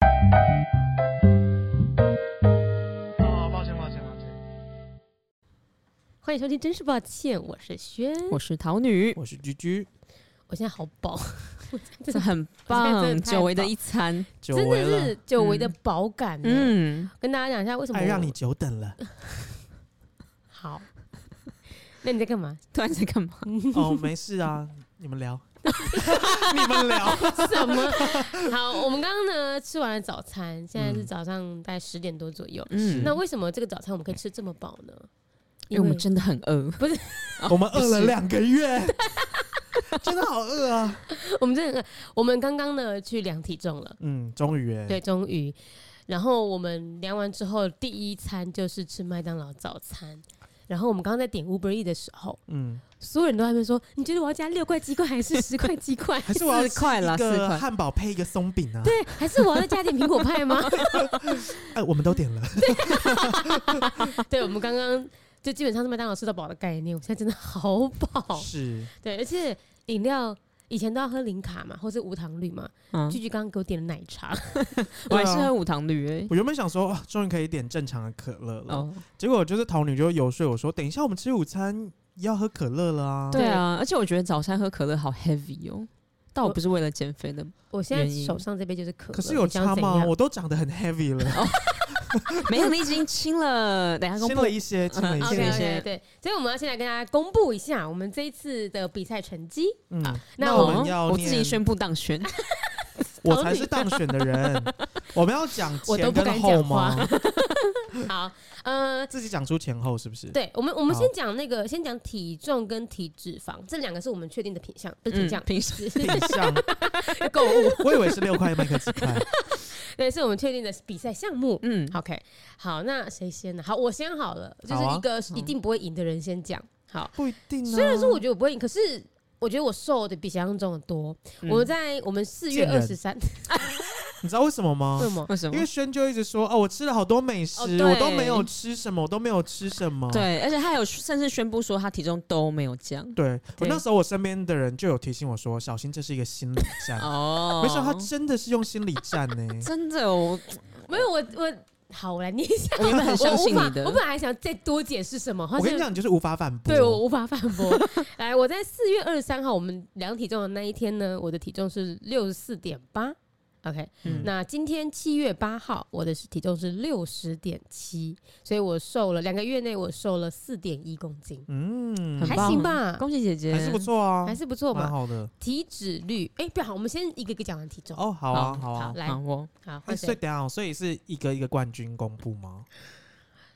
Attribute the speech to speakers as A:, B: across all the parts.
A: 哦
B: 欢迎收听，真是抱歉，我是轩，
C: 我是 桃女，
A: 我是居居，
B: 我现在好饱，
C: 这很
B: 我现在真
C: 棒，
B: 的太
C: 久违的一餐。
A: 久
B: 真
A: 违
B: 的
A: 了，
B: 是久违的饱感、嗯，
C: 嗯，
B: 跟大家讲一下为什么
A: 爱
B: 我
A: 让你久等 了。
B: 好。 那你在干嘛？
C: 突然在干嘛？
A: 哦，没事啊，你们 聊，你们聊。
B: 什么？好，我们刚刚呢吃完了早餐，现在是
A: 嗯
B: 早上大概十点多左右。
C: 嗯，
B: 那为什么这个早餐我们可以吃这么饱呢？
C: 因哎为我们真的很饿，哦
A: 我们饿了两个月， 真的好饿啊！
B: 我们真的很饿，我们刚刚呢去量体重了，
A: 嗯，终于哎，
B: 对，终于。然后我们量完之后，第一餐就是吃麦当劳早餐。然后我们刚刚在点 Uber E 的时候，
A: 嗯，
B: 所有人都在那边说：“你觉得我要加六块鸡块还是十块鸡 块？
A: 还是我要
C: 四块啦
A: 吃一
C: 四块哎
A: 个汉堡配一个松饼啊。
B: 对，还是我要再加点苹果 派吗
A: 哎，我们都 点了，？”
B: 对，我们刚刚就基本上是麦当劳吃到饱的概念，我现在真的好
C: 哦
B: 饱。
A: 是
B: 对，而且饮料以前都要喝零卡嘛，或是无糖绿嘛。
C: 嗯
B: 句，句刚刚给我点了奶茶，
C: 我还
A: 对
C: 是
A: 啊
C: 喝无糖绿诶。
A: 我原本想说，哇终于可以点正常的可乐了。
C: 哦，
A: 结果就是桃女就游说我说，等一下我们吃午餐要喝可乐了啊。
C: 对啊，而且我觉得早餐喝可乐好 heavy 哦，但我不是为了减肥的，
B: 我现在
C: 原因
B: 手上这杯就是可乐。
A: 可是有
B: 你想要
A: 差
B: 怎
A: 吗？
B: 样
A: 我都长得很 heavy 了，
C: 没有，你已经轻了，等一下 公啊
A: 轻
C: 布
A: 了。一些，轻了一
C: 谢
B: OK
C: 谢
B: OK，
A: 些。
B: 哦对，所以我们要先来跟大家公布一下我们这一次的比赛成绩。
A: 嗯
C: 啊，
B: 那
A: 我
B: 我
A: 们要
C: 我
A: 念
C: 自己宣布当选，
A: 我才是当选的人。 我们要讲
B: 我都
A: 前
B: 不敢
A: 跟后
B: 讲话
A: 吗？
B: 好，呃，
A: 自己讲出前后是不是？
B: 对我们我们
A: 好
B: 先讲那个，先讲体重跟体脂肪这两个是我们确定的品项， 不是品项，
C: 平时
A: 嗯品相，
B: 购 物，
A: 我以为是六块麦克鸡块。
B: 对，是我们确定的比赛项目。
C: 嗯，
B: OK，好，那谁先呢？好，我先好了，就
A: 好
B: 是
A: 啊
B: 一个一定不会赢的人先讲。好，
A: 不一定啊。
B: 虽然说我觉得我不会赢，可是我觉得我瘦的比想象中的多。
A: 嗯
B: 我们
C: 在
B: 在我们四月
A: 贱
B: 二
A: 人
B: 十三，
A: 你知道为什么吗
B: 为？ 什么？
C: 为什
A: 因
C: 么
A: 为？轩就一直说哦，我吃了好多美食
C: 哦，对
A: 我都没有吃什么，我都没有吃什么。
C: 对，而且他有甚至宣布说他体重都没有降。
A: 对，我
C: 对
A: 那时候我身边的人就有提醒我说，小心这是一个心理战。
C: 哦，
A: 没想到他真的是用心理战 呢。
C: 真的，我
B: 没有我我好，我来念一 下。
C: 我原本很相信
B: 我无
C: 你
B: 法
C: 的
B: 我本来还想再多解释什么，
A: 我跟你
B: 好像
A: 讲，你就是无法反驳。
B: 对我无法反驳。来，我在四月二十三号我们量体重的那一天呢，我的体重是六十四点八。OK，、
A: 嗯
B: 那今天七月八号，我的体重是六十点七，所以我瘦了两个月内，我瘦了四点一公斤，
A: 嗯
C: 很，
B: 还
C: 棒
B: 行吧，
C: 恭喜姐姐，
A: 还是不错啊，
B: 还是不错
A: 蛮
B: 嘛。
A: 好的。
B: 体脂率，哎、不好，我们先一个一个讲完体重。
A: 哦，好啊，
C: 好
A: 好啊。
B: 来
C: 好我
B: 好，
A: 哎
B: 换
A: 所以
B: 谁？
A: 等一下哦，所以是一个一个冠军公布吗？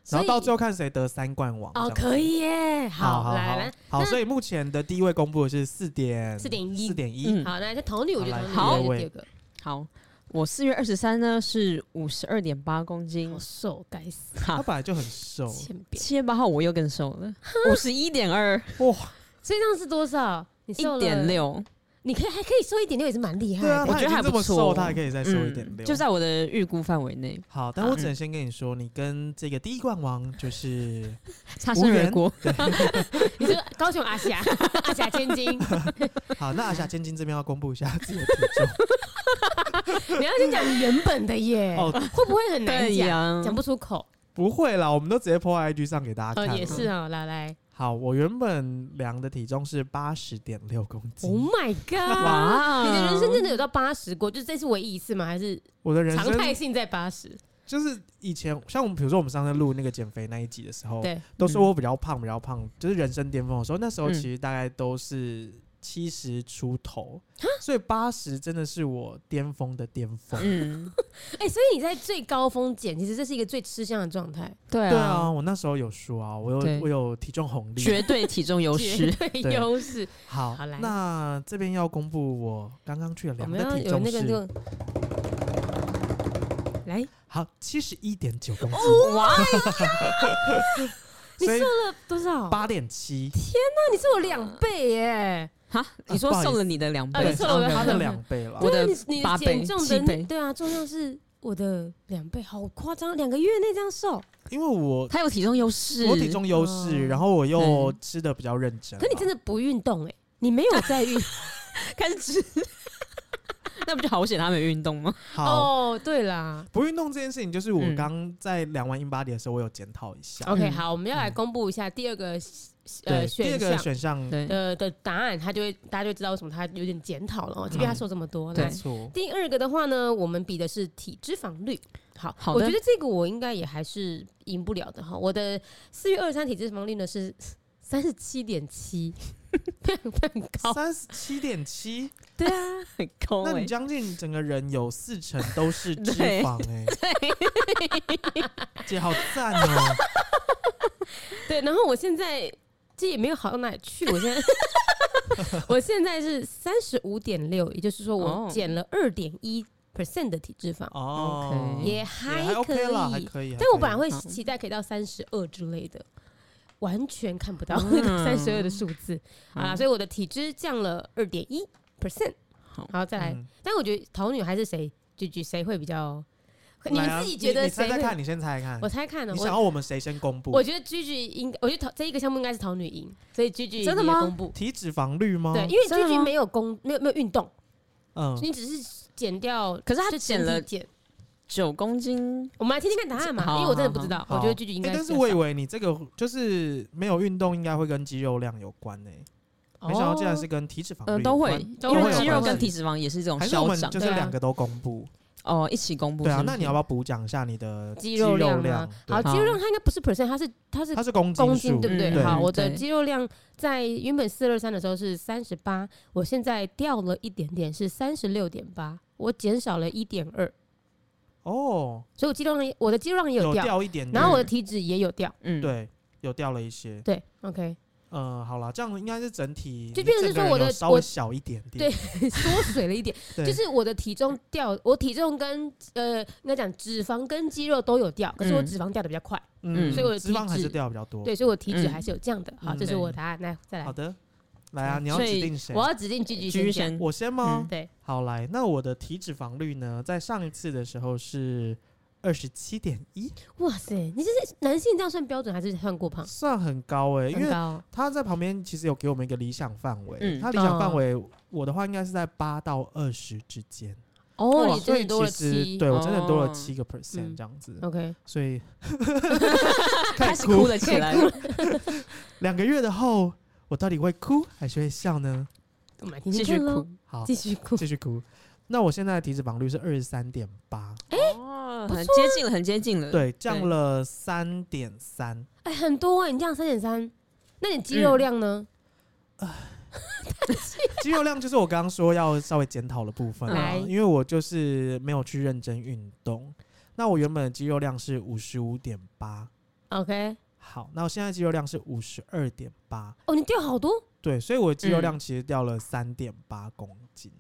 B: 所
A: 然
B: 以
A: 后到最后看谁得三冠王。
B: 哦，
A: 这样
B: 可以耶，
A: 好
B: 好，来来，
A: 好，
B: 那
A: 所以目前的第一位公布的是四点
B: 4.1
A: 四点一，
C: 嗯
B: 好，来，这头女我觉得
C: 好
B: 头女
A: 来
B: 是第二个，
C: 好，我四月二十三呢是五十二点八公斤
B: 好，瘦，该死，
A: 他
C: 好，
A: 本来就很瘦，
B: 欠扁。
C: 七月八号我又更瘦了，五十一点二，
A: 哇，
B: 所以这样是多少？你
C: 一
B: 瘦了
C: 点，六，
B: 你可以还可以瘦一点六，也是蛮厉害
A: 对啊，
B: 的。
C: 我觉得
A: 他已经
C: 还不
A: 这么
C: 错
A: 瘦，他还可以再瘦一点
C: 嗯，
A: 六，
C: 就在我的预估范围内，
A: 好，但我只能先跟你说，你跟这个第一冠王就是
C: 擦身而过，
B: 你说高雄阿 霞，阿霞千金，
A: 好，那阿霞千金这边要公布一下自己的体重，
B: 你要先讲你原本的耶，
A: 哦
B: 会不会很难
C: 对
B: 讲？
C: 呀，
B: 讲不出口。
A: 不会啦，我们都直接 po 在 IG 上给大家
C: 嗯
B: 哦，
A: 看，
B: 也是。哦，来来
A: 好，我原本量的体重是八十点六公
B: ，Oh
A: 斤，
B: my god！
C: 嗯哇
B: 你的人生真的有到八十过？就是这是唯一一次吗？还是
A: 我的人
B: 常
A: 生
B: 态性在八十？
A: 就是以前像我们，比如说我们上次录那个减肥那一集的时候，
B: 对，
A: 都说我比较胖，比较胖，就是人生巅峰的时候，那时候
C: 嗯
A: 其实大概都是七十出头，所以八十真的是我巅峰的巅峰。
C: 嗯，
B: 哎，所以你在最高峰减，其实这是一个最吃香的状态，
C: 对
A: 对啊，，我那时候有说啊，我
C: 对
A: 有我有体重红利。
C: 绝对体重 优
B: 绝
C: 势，
B: 对
A: 对
B: 优势。
A: 好
B: 好来，
A: 那这边要公布我刚刚去了
B: 我
A: 量
B: 们要
A: 的啊体
B: 有
A: 重
B: 那个那
A: 是
B: 个，来，
A: 好七十一点九公斤，
B: 哦
C: 哇，
B: 你
A: 所以
B: 瘦了多少？
A: 八点七，
B: 那你是我两倍耶！
C: 哈，你说
A: 不好意思
C: 瘦了你的两
B: 啊
C: 倍
B: 你，瘦了
A: 他的两倍了
C: 我。
B: 对啊
C: 的
B: 你你的
C: 八倍
B: 减重
C: 七
B: 的
C: 倍
B: 对啊，重量是我的两倍，好夸张！两个月内这样瘦，
C: 哎
A: 因为我
C: 他有体重优势，
A: 我体重优势，
B: 哦
A: 然后我又
C: 嗯
A: 吃的比较认真啊。
B: 可你真的不运动哎，你没有在运，
C: 开始 那不就好险他没运动吗？
A: 好，
B: 哦，对啦
A: 不运动这件事情，就是我
C: 嗯
A: 刚在量完 InBody 的时候，我有检讨一下。
B: ，OK，
C: 嗯
B: 好，我们要来公布一下第二个哦呃
A: 对，第二
B: 选
A: 个
B: 项
A: 选项
C: 对，
B: 的的答案，他就会大家就知道为什么他有点检讨了哦。即便他说这么多，
C: 嗯对
B: 来
A: 没错，
B: 第二个的话呢，我们比的是体脂肪率。好，
C: 好
B: 我
C: 的
B: 觉得这个我应该也还是赢不了的哈。我的四月二十三体脂肪率呢是三十七点七，非常非常 高。
A: 三十七点七，
B: 对啊，
C: 很高
A: 那
C: 哎、
A: 你将近整个人有四成都是脂
C: 对
A: 肪哎、姐好赞哦、
B: 对。然后我现在这也没有好到哪里去，我现在。我现在是三十五点六，也就是说我
C: 哦
B: 减了二点一 percent 的体脂肪，
A: 哦
C: OK
B: 也
A: 还
B: 还可
A: OK 啦，还
B: 以。
A: 可以。还
B: 但
A: 可
B: 我
A: 以
B: 本来会
C: 好
B: 期待可以到三十二之类的，完全看不到
C: 嗯
B: 那个三十二的数字啊，
C: 嗯
B: 所以我的体脂降了二点一 percent。
C: 好
B: 然后再来，
A: 嗯
B: 但我觉得桃女还是谁，菊菊谁会比较？你
A: 来啊
B: 们自己觉得
A: 你猜
B: 谁
A: 猜
B: 会？
A: 看，你先猜看
B: 我。猜看呢，
A: 你想
B: 我
A: 要我们谁先公布
B: 我？觉得菊菊应该，我觉得桃这一个项目应该是桃女赢，所以菊菊
C: 真的
B: 你也
C: 吗
B: 公布
A: 体脂肪率吗？
B: 对，因为
C: 真的
B: 菊菊
C: 吗
B: 没有公没有没有运动，
A: 嗯，
B: 你只是减掉，
C: 可是她
B: 就整
C: 减了
B: 体减。
C: 九公斤，
B: 我们来听听看答案嘛，
C: 好
B: 因为我真的
C: 好
B: 不知道，
A: 好
B: 我觉得菊菊应
A: 欸
B: 该比较
A: 但
B: 少。
A: 是我以为你这个就是没有运动，应该会跟肌肉量有关欸呢、没想到竟然
B: 哦
A: 是跟体脂肪率
C: 呃，
A: 有
C: 都会
A: 关，
B: 都
C: 因
B: 会
C: 为
B: 有
C: 肌肉
B: 关
C: 跟
B: 系
C: 体脂肪也是这种
A: 还是我
C: 消
A: 们
C: 长
A: 就是
B: 对啊
A: 两个都公布。
C: 哦，一起公布。
A: 对啊
C: 是，不
A: 那
C: 是
A: 你要不要补讲一下你的
B: 肌
A: 肉
B: 肉量啊，
A: 对
B: 好，肌肉
C: 好
B: 量它应该不是 percent，它是它是
A: 它是公
B: 公
A: 数
B: 斤，对不对？
C: 嗯
A: 对
B: 好，我的
C: 对
B: 肌肉量在原本四二三的时候是三十八，我现在掉了一点点，是三十六点八，我减少了一点二，
A: 哦，
B: 所以我肌肉量也我的肌肉量也有
A: 有
B: 掉，
A: 掉一点点，
B: 然后我的体脂也有掉，
C: 嗯，
A: 对有掉了一些。
B: 对，OK，
A: 呃，好啦，这样应该是整体，
B: 就
A: 你
B: 变成
A: 整个
B: 是说
A: 人
B: 我
A: 有
B: 的
A: 稍微
B: 我
A: 小一点点
B: 对，缩水了一点，
A: 对，
B: 就是我的体重掉，我体重跟呃应该讲脂肪跟肌肉都有掉，可是我
C: 嗯
B: 脂肪掉的比较快，
A: 嗯，
C: 所以
B: 我的
A: 脂肪
B: 体
A: 还是
B: 脂
A: 掉比较多。
B: 对，所以我体脂
C: 嗯
B: 还是有降的。好，
A: 嗯
B: 这是
C: 对
B: 我的答案，来再
A: 好
B: 来，
A: 的，来啊，你要
C: 所
A: 指
C: 以
A: 定谁？
B: 嗯我要指定句句
C: 居
B: 先讲，
C: 先
A: 我先吗？
C: 嗯
B: 对，
A: 好来，那我的体脂肪率呢，在上一次的时候是二十七点一，
B: 哇塞，你这是男性这样算标准还是算过胖？
A: 算很高哎、因
B: 嗯很
A: 为
B: 高
A: 他在旁边其实有给我们一个理想范围，
C: 嗯
A: 他理想范围、我的话应该是在八到二十之间，
B: 哦，
A: 哇
B: 你
A: 所
B: 真
A: 以
B: 的
A: 其
B: 多了
A: 实
B: 七。
A: 对我真的多了
C: 哦
A: 七个 percent
B: 嗯
A: 这样子，
B: OK，
A: 所 以
C: 开
A: 开
C: 始
A: 始
C: 嗯哭
A: 哭
C: 了起来。
A: 两个月的后，我到底会哭还是会笑呢？
B: 我们来听
C: 继
B: 听
C: 续
B: 看
C: 哭
B: 喽，，
A: 好，
B: 继续 哭。
A: 继续哭。那我现在的体脂肪率是二十三点八，
C: 哦，很接近了，很接近了。，
A: 对，降了三点三，
B: 哎，很多哎，你这样三点三，那你肌
A: 嗯
B: 肉量呢？
A: 肌肉量就是我刚刚说要稍微检讨的部分啦
B: 来，
A: 因为我就是没有去认真运动。那我原本的肌肉量是五十五点八，
B: OK，
A: 好，那我现在肌肉量是五十二点八，
B: 哦，你掉好多，
A: 对，所以我的肌肉量其实掉了三点八公斤，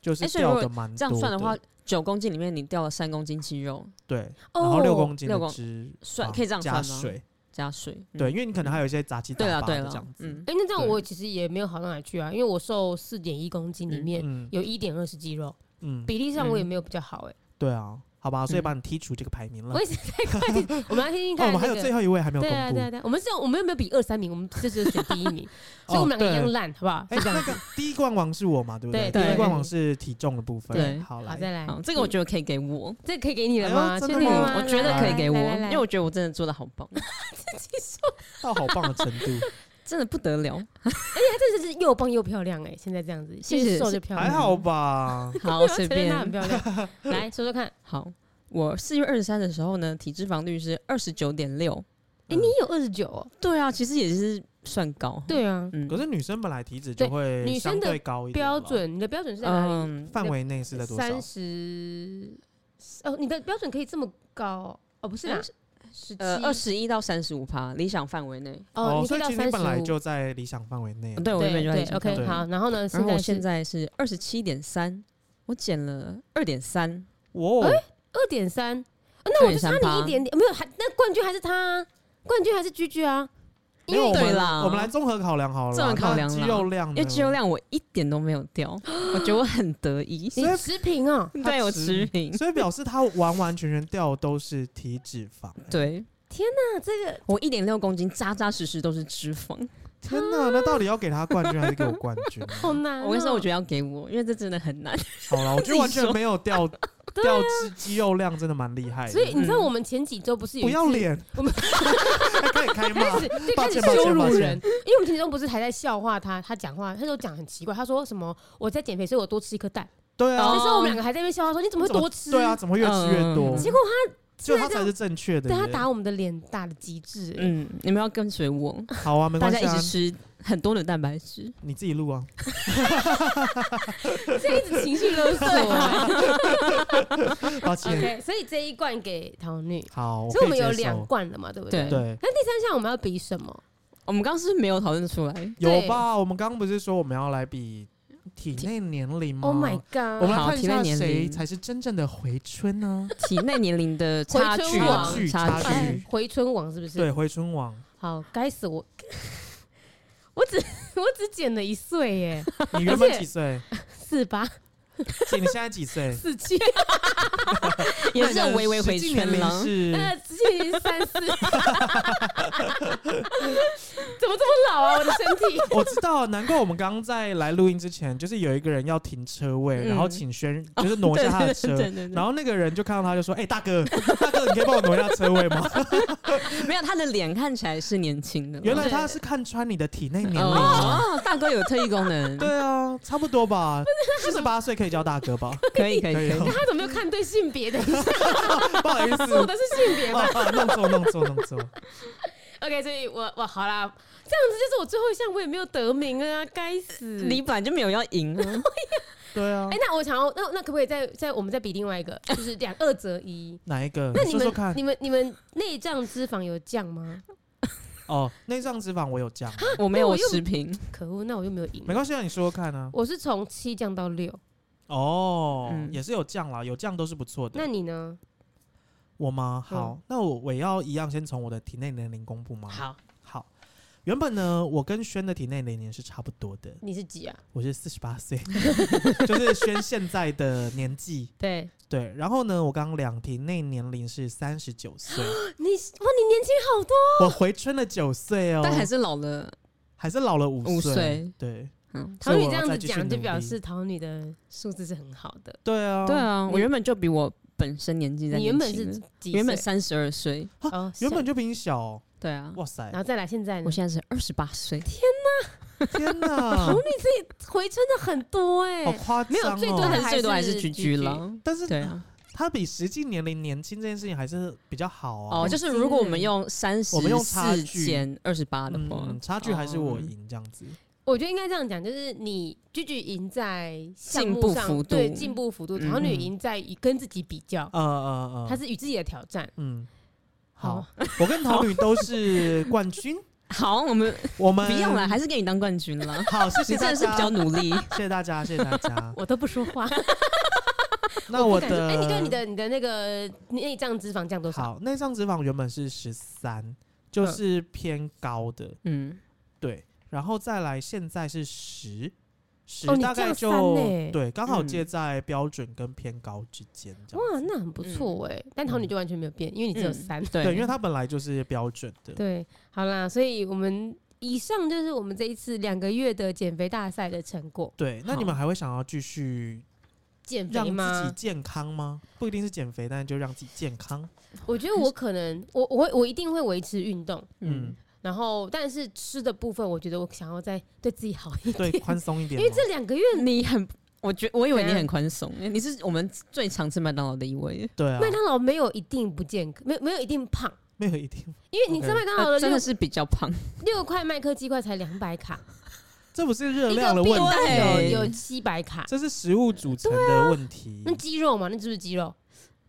A: 就是
C: 哎嗯所以如
A: 掉
C: 果
A: 的蛮多
C: 这样算的话，，九公斤里面你掉了三公斤肌肉
A: 对，
B: 哦
A: 然后六公斤
C: 六
A: 的
C: 公
A: 脂
C: 算
A: 肪
C: 可以这样
A: 加
C: 算吗
A: 水，
C: 加水。嗯
A: 对，，因为你可能还有一些杂七
C: 对
A: 杂
C: 了
A: 八
C: 对
A: 的
C: 了
A: 这样，子，
C: 嗯，
B: 哎，那这样
A: 对
B: 我其实也没有好到哪去啊，因为我瘦四点一公斤里面
A: 嗯
B: 有一点二是肌肉，
A: 嗯，
B: 比例上我也没有比较好哎。
A: 对啊，好吧，所以
C: 嗯
A: 把你剔除这个排名了。
B: 我一直在快点，我们来听听
A: 嗯 哦，我
B: 看
A: 们还
B: 那
A: 有最
B: 个。
A: 后一位还没有
B: 对
A: 公
B: 啊，对
A: 布
B: 啊，，对啊，我们是，我们有没有比二三名？我们这就是选第一 名，所以我们两个一
A: 哦
B: 样
A: 对
B: 烂，好不好？
A: 哎，那个第一冠王是我嘛，对不
B: 对
A: 第
C: 对
A: 一冠王是体重的部分。
C: 对
A: 好
B: 好，
A: 来，
B: 再来嗯
C: 好，，这个我觉得可以给我，嗯
B: 这可以给你了
A: 哎
B: 吗？
A: 呦
B: 确
A: 真
B: 定
A: 的吗
B: 吗？
C: 我觉得可以给我，
B: 来来来
C: 因为我觉得我真的做的好 棒，
A: 到好棒的程 度，
C: 真的不得 了。
B: 这哎是又棒又漂亮哎、现在这样子，
C: 谢
B: 越
C: 谢
B: 瘦就漂亮，
A: 还好吧？
C: 好，
B: 承
C: 随
B: 认
C: 便
B: 她。很漂亮。 来说说看，
C: 好，我四月二十三的时候呢，体脂肪率是二十九点六。
B: 哎、你有二十九哦？
C: 对啊，其实也是算高。，
B: 对啊，
C: 嗯
A: 可是女生本来体脂就
B: 对
A: 会
B: 女
A: 相
B: 生的
A: 对高一点
B: 标
A: 了，
B: 准你的标准是在哪里？
C: 嗯，
A: 范围内是在多少
B: 三？十哦，你的标准可以这么高哦？哦，不是啦
C: 嗯，
B: 十七
C: 呃，二十一到三十五趴，理想范围内。
B: 哦，你可
A: 所
B: 以
A: 以
B: 到
A: 其实你
B: 三
A: 本来
B: 十五。
A: 就在理想范围内了。
C: 对，我原本就在
B: 对
C: 理想范围
B: ，OK，
A: 对
B: 好，然后呢？现
C: 然后
B: 在
C: 我现
B: 是
C: 在是二十七点三，我减了二点三，
B: 哦
A: 哇，
B: 二点三，哦那我就差你
C: 2.38
B: 一点点，没有，还那冠军还是他啊，冠军还是居居啊，因
A: 没有
B: 为
A: 我
C: 对
A: 们
C: 啦
A: 我们来综合考量好了啦，
C: 综合考量
A: 那
C: 啦
A: 肌肉量，
C: 因为肌肉，量我一点都没有掉，我觉得我很得意。
B: 你持平哦，
A: 它
C: 对我持平，
A: 所以表示它完完全全掉的都是体脂肪。
C: 对
B: 啊那这个
C: 我一点六公斤，扎扎实实都是脂肪。
A: 天哪，那到底要给他冠军还是给我冠军啊呢？
B: 好难、啊哦
C: 我跟你说，我觉
B: 得
C: 得要给我，因为这真的很难。
A: 好了，我
C: 自
A: 就
C: 己
A: 完全
C: 说
A: 没有 掉掉肌肌肉量，真的蛮厉害的。
B: 啊所以你知道
C: 嗯
B: 我们前几周不是有
A: 不
B: 一
A: 要
B: 次
A: 脸，
B: 我们
A: 还可以开
B: 开
A: 骂
B: 始，就
A: 抱
B: 开始
A: 歉抱歉
B: 羞辱
A: 抱歉
B: 人，因为我们前几周不是还在笑话他，他讲话，他就讲很奇怪，他说什么我在减肥，所以我多吃一颗蛋。
A: 对啊
B: 那
C: 哦，
B: 时候我们两个还在那边笑他说你怎么会
A: 怎么
B: 多吃？
A: 对啊，，怎么会越吃越多？
C: 嗯
B: 结果
A: 就
B: 他现
A: 他
B: 在这
A: 才
B: 样
A: 是正确的
B: 对
A: 耶。
B: 他打我们的脸打的极致、欸，
C: 嗯，你们要跟随我，
A: 好啊，没
C: 大
A: 关系
C: 家一
A: 啊
C: 起，吃很多的蛋白质。
A: 你自己录啊。
B: 这一直情绪 勒索、
A: 啊抱歉，
B: OK，所以这一罐给桃女，
A: 好，
B: 所以我们
A: 可
B: 有
A: 接受
B: 两罐了嘛，对不对？
C: 对
A: 对。
B: 那第三项我们要比什么？
C: 我们刚刚是不是没有讨论出来，
A: 有吧？我们刚刚不是说我们要来比体内年龄吗
B: Oh my god！
A: 嗯我们来
C: 好
A: 看一
C: 体内
A: 下
C: 年
A: 谁
C: 龄
A: 才是真正的回春呢？
C: 体内年龄的差
B: 回
C: 距
B: 春
C: 啊
B: 网，
A: 差距
C: 距
B: 哎回春网是不是？
A: 对，，回春 王，
B: 好，该死我， 我只 我只减了一 岁耶，
A: 你原本几岁？
B: 四八？
A: 姐，你现在几岁
B: 四七，
C: 也是微微回
A: 实际年
C: 春
A: 龄
C: 了。
A: 是
B: 呃，之前已经三四，怎 么这么老啊？我的身体
A: 我知道，难怪我们刚刚在来录音之前，就是有一个人要停车位，
C: 嗯
A: 然后请轩就是挪一下他的车
C: 对，对对 对
A: 然后那个人就看到他就说：“哎、大哥，大哥，你可以帮我挪一下车位吗
C: 没有他的脸看起来是年轻的？”嘛。
A: 原来他是看穿你的体内年龄啊。
C: 哦，大哥有特异功能，
A: 对啊，差不多 吧，四十八岁可以叫大哥吧？
C: 可以可以
A: 可
C: 可
A: 以
C: 以
A: 哦，
B: 他怎么没有看对性别的？
A: 不好意思，
B: 我的是性别吧
A: 啊啊 弄错弄错弄错。
B: ？OK，所以我我好啦，这样子就是我最后一项，我也没有得名啊，该死！
C: 你本来就没有要赢啊，
A: 对啊
B: 哎、，那我想要，那那可不可以再再我们再比另外一个，就是两二择 一？
A: 哪一个？
B: 那
A: 你说
B: 你们
A: 说看。
B: 你们你们内脏脂肪有降吗？
A: 哦，内脏脂肪我有降，
C: 我没有
B: 那
C: 我
B: 我又
C: 持平，
B: 可恶，那我又没有赢
A: 没。关系啊，你说说看啊。
B: 我是从七降到六，
A: 哦，
C: 嗯
A: 也是有降啦，有降都是不错的。
B: 那你呢？
A: 我吗？
C: 嗯
A: 好，那我我也要一样，先从我的体内年龄公布吗？，
B: 好，
A: 好。原本呢，我跟轩的体内年龄是差不多的，
B: 你是几啊？
A: 我是四十八 岁，就是轩现在的年纪。
B: 对，
A: 对，然后呢，我刚刚量体内年龄是三十九 岁，
B: 啊你哇，你年轻好多。
A: 我回春了九岁哦，
C: 但还是老了
A: 还是老了五
C: 五岁。
A: 对
C: 嗯，
B: 桃
A: 所以
B: 女
A: 我
B: 这
A: 要
B: 样
A: 再
B: 子
A: 继续
B: 讲，就
A: 努
B: 表
A: 力
B: 示桃女的数字是很好的。
A: 对啊，
C: 对啊，我
B: 你
C: 原本就比我本身年纪在
B: 你原本
C: 年轻
B: 是
C: 了
B: 几岁？
C: 原本三十二岁，
B: 哦，
A: 原本
B: 就
A: 就比你小哦，
C: 对啊，
A: 哇塞
B: 然，后再来，现在呢
C: 我？现在是二十八岁，
A: 天 哪，
B: 回春的很多哎、
A: 好夸张哦！
B: 没有最多
C: 但
B: 的
C: 欸是最多还是
B: 还是
C: 居居了，
A: 但是
C: 对啊，
A: 他比实际年龄年轻这件事情还是比较好啊。
C: 哦，就是如果我们用三十
A: 我们用差
C: 四
A: 距
C: 减二十八的话
A: 嗯，，差距还是
B: 哦
A: 我赢这样子。
B: 我觉得应该这样讲，就是你句句赢在项
C: 进
B: 目
C: 步
B: 上
C: 幅度
B: 对进步幅度，
C: 嗯
B: 桃女赢在于跟自己比较，
A: 呃呃呃，
B: 嗯她是与自己的挑 战。。
A: 嗯，好，我跟桃女都是冠军，
C: 好，我们
A: 我们
C: 不用了，还是给你当冠军了。
A: 好，谢谢
C: 你真
A: 大
C: 的是比较
A: 家，
C: 努力，
A: 谢谢大家，谢谢大家
B: 我都不说话，
A: 那
B: 不敢说
A: 的，
B: 哎，你对你的你的那个内脏脂肪降多少？嗯
A: 好内脏脂肪原本是十三，就是偏高的，
C: 嗯，
A: 对，然后再来现在是十。十
B: 哦你
A: 大概
B: 降
A: 就、
B: 三嘞
A: 对，刚好
C: 嗯
A: 介在标准跟偏高之间这样
B: 哇，
A: 子。
B: 那很不错哎。但桃女就完全没有变，因为你只有三。
C: 对，
A: 嗯对，因为它本来就是标准的。
B: 对，好啦，所以我们以上就是我们这一次两个月的减肥大赛的成果。
A: 对，那你
C: 好
A: 们还会想要继续
B: 减
A: 让
B: 肥
A: 自己
B: 吗？
A: 健康吗？不一定是减肥，但是就让自己健康。
B: 我觉得我可能我我会我一定会维持运动。
C: 嗯
A: 嗯，，
B: 然后，但是吃的部分，我觉得我想要再对自己好一点，
A: 对，宽松一点
B: 因
A: 哦。
B: 为这两个月
C: 你很，我觉我以为你
B: 怎
C: 很
B: 样
C: 宽松，你是我们最常吃麦当劳的一位，
A: 对啊，
B: 麦当劳没有一定不健康，没有没有一定胖，
A: 没有一定，
B: 因为你吃
A: OK
B: 麦当劳的
C: 呃真
B: 六
C: 的是比较胖，
B: 六块麦克鸡块才两百卡，
A: 这不是热
B: 一
A: 量
B: 个
A: 的
B: 便
A: 问
B: 当
C: 对
A: 题，
B: 有有七百卡，
A: 这是食物组成的问题。
B: 那鸡肉嘛，那是不是鸡肉？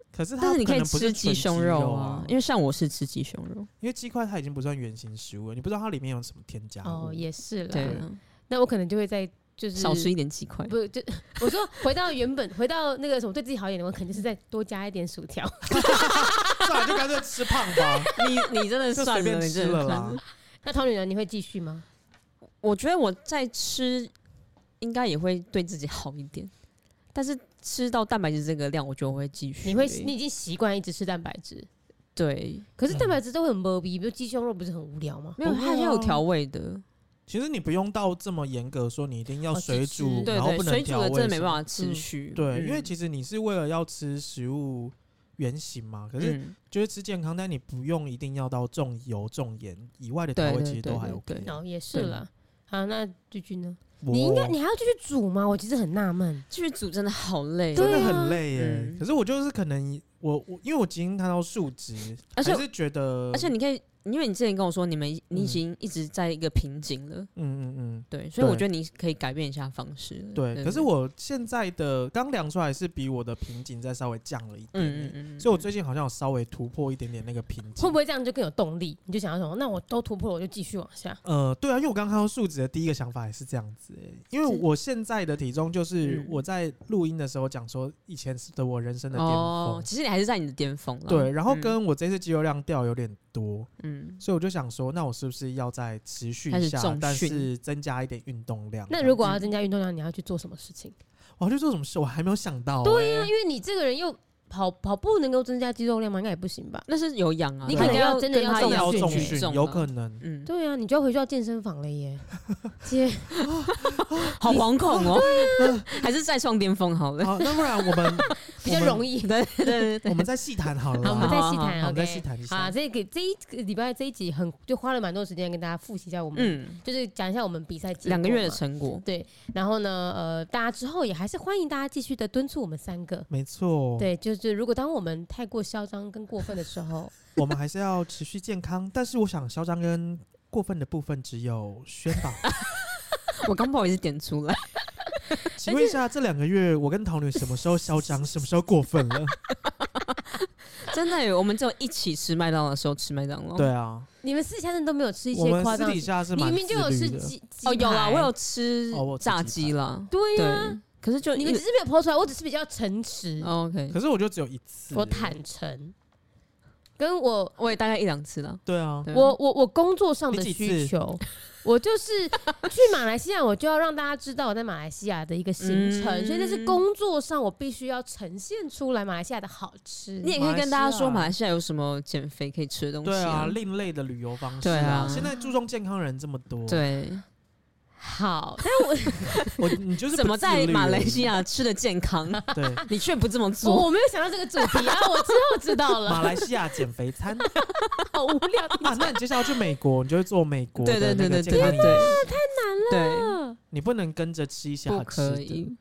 A: 可是它
C: 啊但是你可以
A: 能不
C: 吃
A: 是
C: 鸡
A: 纯
C: 胸
A: 肉
C: 啊，
A: 因
C: 因
A: 为
C: 为像我是吃鸡胸肉，
A: 因为鸡块它已经不算原型食物了，你不知道它里面有什么添加物。
B: 哦，也是
C: 对啊
B: 啦。，那我可能就会在就是
C: 少吃一点鸡块，
B: 不就我说回到原本，回到那个什么对自己好一点的，我可能就是再多加一点薯条。
A: 算了，就干脆吃胖 吧，
C: 你你真的
A: 就随
C: 算
A: 便
C: 了，你
A: 吃
C: 真
A: 了
C: 的
A: 啦
C: 算。。
B: 那汤女呢？你会继续吗？
C: 我觉得我在吃，应该也会对自己好一点，但是吃到蛋白质这个量，我觉得我会继续。
B: 你会你已经习惯一直吃蛋白质，
C: 对，
B: 可是蛋白质都会很 b 逼，比如鸡胸肉不是很无聊吗？
C: 没有，
A: 不会
C: 它是有
A: 啊
C: 调味的，
A: 其实你不用到这么严格，说你一定要
B: 哦
A: 水
B: 只
A: 煮，
B: 吃
C: 对
A: 然后
C: 对
A: 不，能
C: 水煮
A: 调味
C: 的
A: 什么。
C: 真的没办法
B: 嗯
C: 持续。
A: 对，因为
C: 嗯
A: 其实你是为了要吃食物原型嘛，可是
C: 嗯
A: 就是吃健康，但你不用一定要到重油、重盐以外的调味，
C: 对对
A: 其实
C: 对
A: 都还
C: 对
A: OK
C: 对。
B: 哦，也是
C: 对
B: 了。好，那句句呢？
A: 我
B: 你应该你还要继续煮吗？我其实很纳闷。
C: 继续煮真的好累，
A: 真
B: 对
A: 的
B: 啊
A: 很累耶
C: 嗯。
A: 可是我就是可能我我因为我已经看到数值，
C: 而且
A: 还是觉得，
C: 而且你可以，因为你之前跟我说你们你
A: 嗯
C: 已经一直在一个瓶颈了，
A: 嗯嗯嗯。
C: 对，所以我
A: 对
C: 觉得你可以改变一下方式了。
A: 对，可是我现在的刚量出来是比我的瓶颈再稍微降了一点
C: 嗯嗯
A: 耶，
C: 嗯，
A: 所以我最
C: 近
A: 近好像有稍微突破一点点那个瓶颈
B: 会不。会这样就更有动力？你就想要什么？那我都突破了，我就继续往下。
A: 呃，对啊，因为我刚看到数值的第一个想法也是这样子、欸，因为
C: 是
A: 我现在的体重就是
C: 嗯
A: 我在录音的时候讲说，以前是的我人生的巅峰，
C: 哦，其实你还是在你的巅峰了。
A: 对，然后
C: 嗯
A: 跟我这次肌肉量掉有点多，
C: 嗯，
A: 所以我就想说，那我是不是要再持续
C: 开
A: 一
C: 始
A: 下
C: 重，
A: 但
C: 训
A: 是增加一点运动量？
B: 那
A: 这
B: 如
A: 样
B: 果要增加运动量，你要去做什么事情？
A: 我要去做什么事，我还没有想到、欸
B: 对啊
A: 呀、
B: 呀，因为你这个人又跑跑步能够增加肌肉量吗？应该也不行吧？
C: 那是有氧啊，
B: 你
C: 对
B: 可能要真的
C: 跟
B: 要
C: 他
B: 重
C: 一样
A: 要
B: 训
A: 重
B: 去
C: 举重
A: 有
C: 啊
A: 可 能。
C: 嗯，
B: 对啊，你就要回去到健身房了耶。姐，
C: 好惶恐哦， 还是再创巅峰好了。
A: 啊好，那不然我们
B: 比较容易。
C: 对
A: 我
C: 对对
A: 们，
C: 对
A: 我们再细谈好了
B: 好，我
A: 啊。
B: 们再细
C: 好
B: 谈，
A: 好我们
B: OK
A: 再细谈一下
B: 啊，这个这一个礼拜这一集很就花了蛮多时间跟大家复习一下我们，
C: 嗯，
B: 就是讲一下我们比赛结果
C: 两个月的
B: 嘛
C: 成果，
B: 然后呢，呃，大家之后也还是欢迎大家继续的敦促我们三个。
A: 没错，
B: 对，就是如果当我们太过嚣张跟过分的时候，
A: 我们还是要持续健康。但是我想，嚣张跟过分的部分只有宣 吧。
C: 我刚不好意思点出来。
A: 请问一下，这两个月我跟桃女什么时候嚣张，什么时候过分 了？
C: 真的耶，我们只有一起吃麦当劳的时候吃麦当劳。
A: 对啊，
B: 你们私下真的都没有哦吃一
A: 我
B: 些
A: 们
B: 夸
A: 私
B: 张
A: 底，下是
B: 你
A: 蛮
B: 明明就有
A: 自
B: 吃
A: 律的。
B: 鸡鸡
C: 哦，有啦，
B: 排
C: 我有吃
A: 哦我有吃
C: 炸
A: 鸡
C: 鸡啦。
B: 对呀、
C: 对，可是就
B: 你们只是没有抛出来，我只是比较诚实，
C: 哦 OK，
A: 可是我就只有一次，
B: 我坦诚，跟我
C: 我也大概一两次了。
A: 对啊，
C: 对
B: 我我我工作上的
A: 你几
B: 需
A: 次
B: 求，我就是 去马来西亚，我就要让大家知道我在马来西亚的一个行程，所以那是
C: 嗯
B: 工作上我必须要呈现出来马来西亚的好吃。
C: 你也可以跟大家说马
A: 马来
C: 来西亚有什么减肥可以吃的东西
A: 对啊，另类的旅游方式
C: 对
A: 啊
C: 啊。
A: 现在注重健康的人这么多，，
C: 对，
B: 好，
A: 我你就是
C: 怎么在马来西
A: 亚？
C: 亚吃的健康，
A: 对，
C: 你却不这么
B: 哦我
C: 做？
B: 我没有想到这个主题啊，我之后知道了，
A: 马来西亚减肥餐
B: 好无聊。
A: 啊，那你接下来要去美国，你就会做美国
C: 对
A: 的
C: 对
A: 那个
C: 对对
A: 健
C: 对
A: 康
C: 对，
A: 饮
C: 对
A: 食，
C: 对，
A: 你不能跟着吃一些
C: 不
A: 好吃
C: 可
A: 的。
C: 以。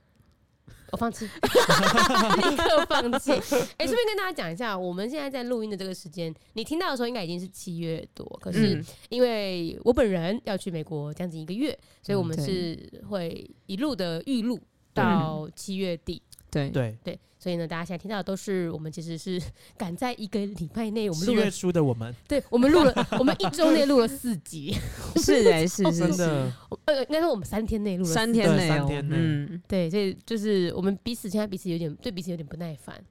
B: 我哦放弃， 立刻放弃。哎、顺便跟大家讲一下，我们现在在录音的这个时间，你听到的时候应该已经是七月多，可是
C: 嗯，
B: 因为我本人要去美国将近一个月，所以我们
C: 嗯
B: 是会一路的预录到七月底。
C: 对
A: 对，
B: 对，所以呢，大家现在听到的都是我们其实是 赶在一个礼拜内，我们
A: 七
B: 录
A: 月
B: 了，
A: 初的我们，
B: 对我们录了，我们一周内录了四集，
C: 是哎， 是
A: 真
C: 是
A: 的
C: 是，
B: 呃，应该说我们三天内录了四集
C: 三天内
A: 对三
C: 哦，
A: 天内
C: 嗯，
B: 对，所以就是我们彼此现在彼此有点对彼此有点不耐烦。
A: 嗯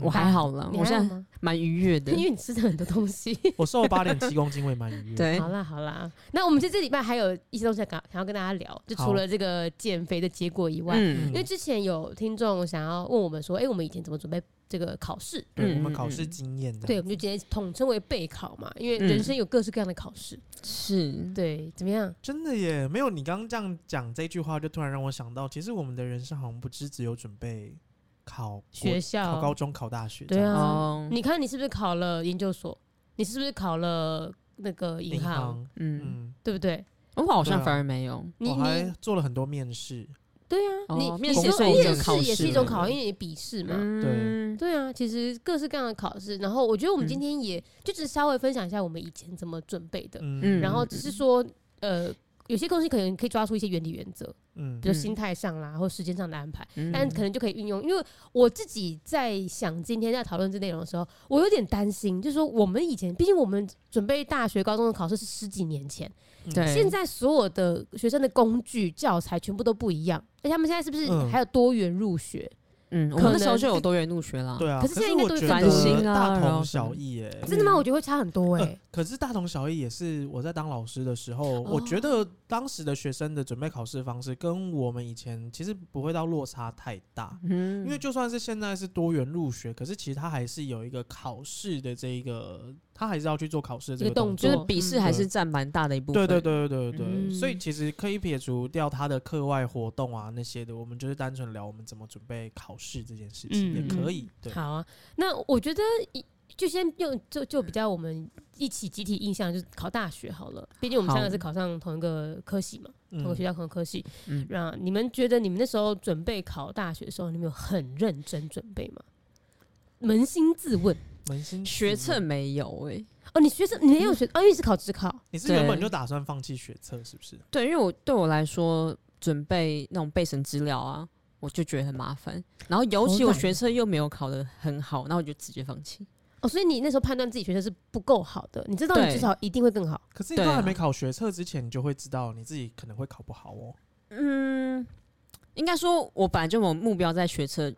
C: 我还好了，
B: 你
C: 嗯我
B: 还好
C: 现在
B: 吗？
C: 蛮愉悦的。
B: 因为你吃了很多 东西。
A: 我瘦了八点七公斤，我也蛮愉悦。，
C: 对
B: 好，啦好啦，那我们在这礼拜还有一些东西想想要跟大家聊，就除
A: 好
B: 了这个减肥的结果以外，
C: 嗯
B: 因为之前有听众想要问我们说，哎、我们以前怎么准备这个考试？
A: 对我们
C: 嗯嗯
A: 考
C: 嗯
A: 试经验的，
B: 对，我们就直接统称为备考嘛，因为
C: 嗯
B: 人生有各式各样的考试。
A: 嗯
C: 是，
B: 对，怎么样？
A: 真的耶，没有你刚刚这样讲这句话，就突然让我想到，其实我们的人生好像不只只有准备考国
B: 学校
A: 考高中、考大学这
B: 哦对
A: 样。
B: 啊，
C: 哦，
B: 你看你是不是考了研究所？你是不是考了那个银
A: 银
B: 行？
A: 行，
C: 嗯，
A: 嗯，
B: 对不对？
C: 我好
A: 对
C: 像
A: 啊
C: 反而没有，
B: 你
A: 我还
B: 你
A: 做了很多面试，
B: 对啊，
C: 哦
B: 你
C: 面
B: 你
C: 试
B: 说
C: 算一
B: 面
C: 种
B: 试
C: 考
B: 也是
C: 试
B: 一种
C: 了
B: 考，因为你笔试嘛。
C: 嗯，
B: 对啊，其实各式各样的考试，然后我觉得我们今
C: 嗯
B: 天也、就只稍微分享一下我们以前怎么准备的，
A: 嗯
B: 然后只是说呃。有些东西可能可以抓出一些原理原则，
A: 嗯
B: 比如
C: 嗯
B: 心态上啦，或时间上的安排，
C: 嗯
B: 但可能就可以运用。因为我自己在想今天在讨论这内容的时候，我有点担心，就是说我们以前，毕竟我们准备大学、高中的考试是十几年前，
C: 对，
B: 现在所有的学生的工具、教材全部都不一样，而且他们现在是不是
A: 嗯
B: 还有多元入学？
C: 嗯，我
B: 可
C: 们那时候
B: 能
C: 就有多元入学啦。
A: 对啊，
B: 可是现在应该
A: 我
B: 都
A: 觉得
B: 是
C: 繁星啊
A: 大同
C: 然后什么
A: 小异哎。
B: 真的吗？我觉得会差很多哎、
A: 呃可是大同小异，也是我在当老师的时候，我觉
B: 哦
A: 得当时的学生的准备考试方式跟我们以前其实不会到落差太大，
C: 嗯
A: 因为就算是现在是多元入学，可是其实他还是有一个考试的这一个，他还是要去做考试的这
B: 这
A: 个
B: 个动
A: 动
B: 作
C: 就是笔试
A: 嗯
C: 还
A: 对
C: 是占蛮大的一部分。
A: 对对对对对对，
B: 嗯
A: 所以其实可以撇除掉他的课外活动啊那些的，我们就是单纯聊我们怎么准备考试这件事情、
B: 嗯
A: 也可以。对，
B: 好啊，那我觉得一就先用就就比较我们一起集体印象，就是考大学好了。毕竟我们三个
C: 好
B: 是考上同一个科系嘛，同一个学
A: 嗯，
B: 校同一个科系。
C: 嗯
B: 那、你们觉得你们那时候准备考大学的时候，你们有很认真准备吗？扪心自问
A: 扪心
C: 学
A: 自
C: 测
A: 问，
C: 没有哎、
B: 哦，你学生你也有学哦，因为是考职考，
A: 你是原本
C: 对
A: 就打算放弃学测是不是？
C: 对，因为我对我来说准备那种备审资料啊，我就觉得很麻烦。然后尤其
B: 好
C: 我
B: 懒
C: 学测又没有考得很好，那我就直接放弃。
B: 哦，所以你那时候判断自己学生是不够好的，你知道你
C: 对
B: 至少一定会更好。
A: 可是你
C: 对
A: 都还
C: 啊
A: 没考学测之前，你就会知道你自己可能会考不好哦。
C: 嗯，应该说我本来就有目标在学测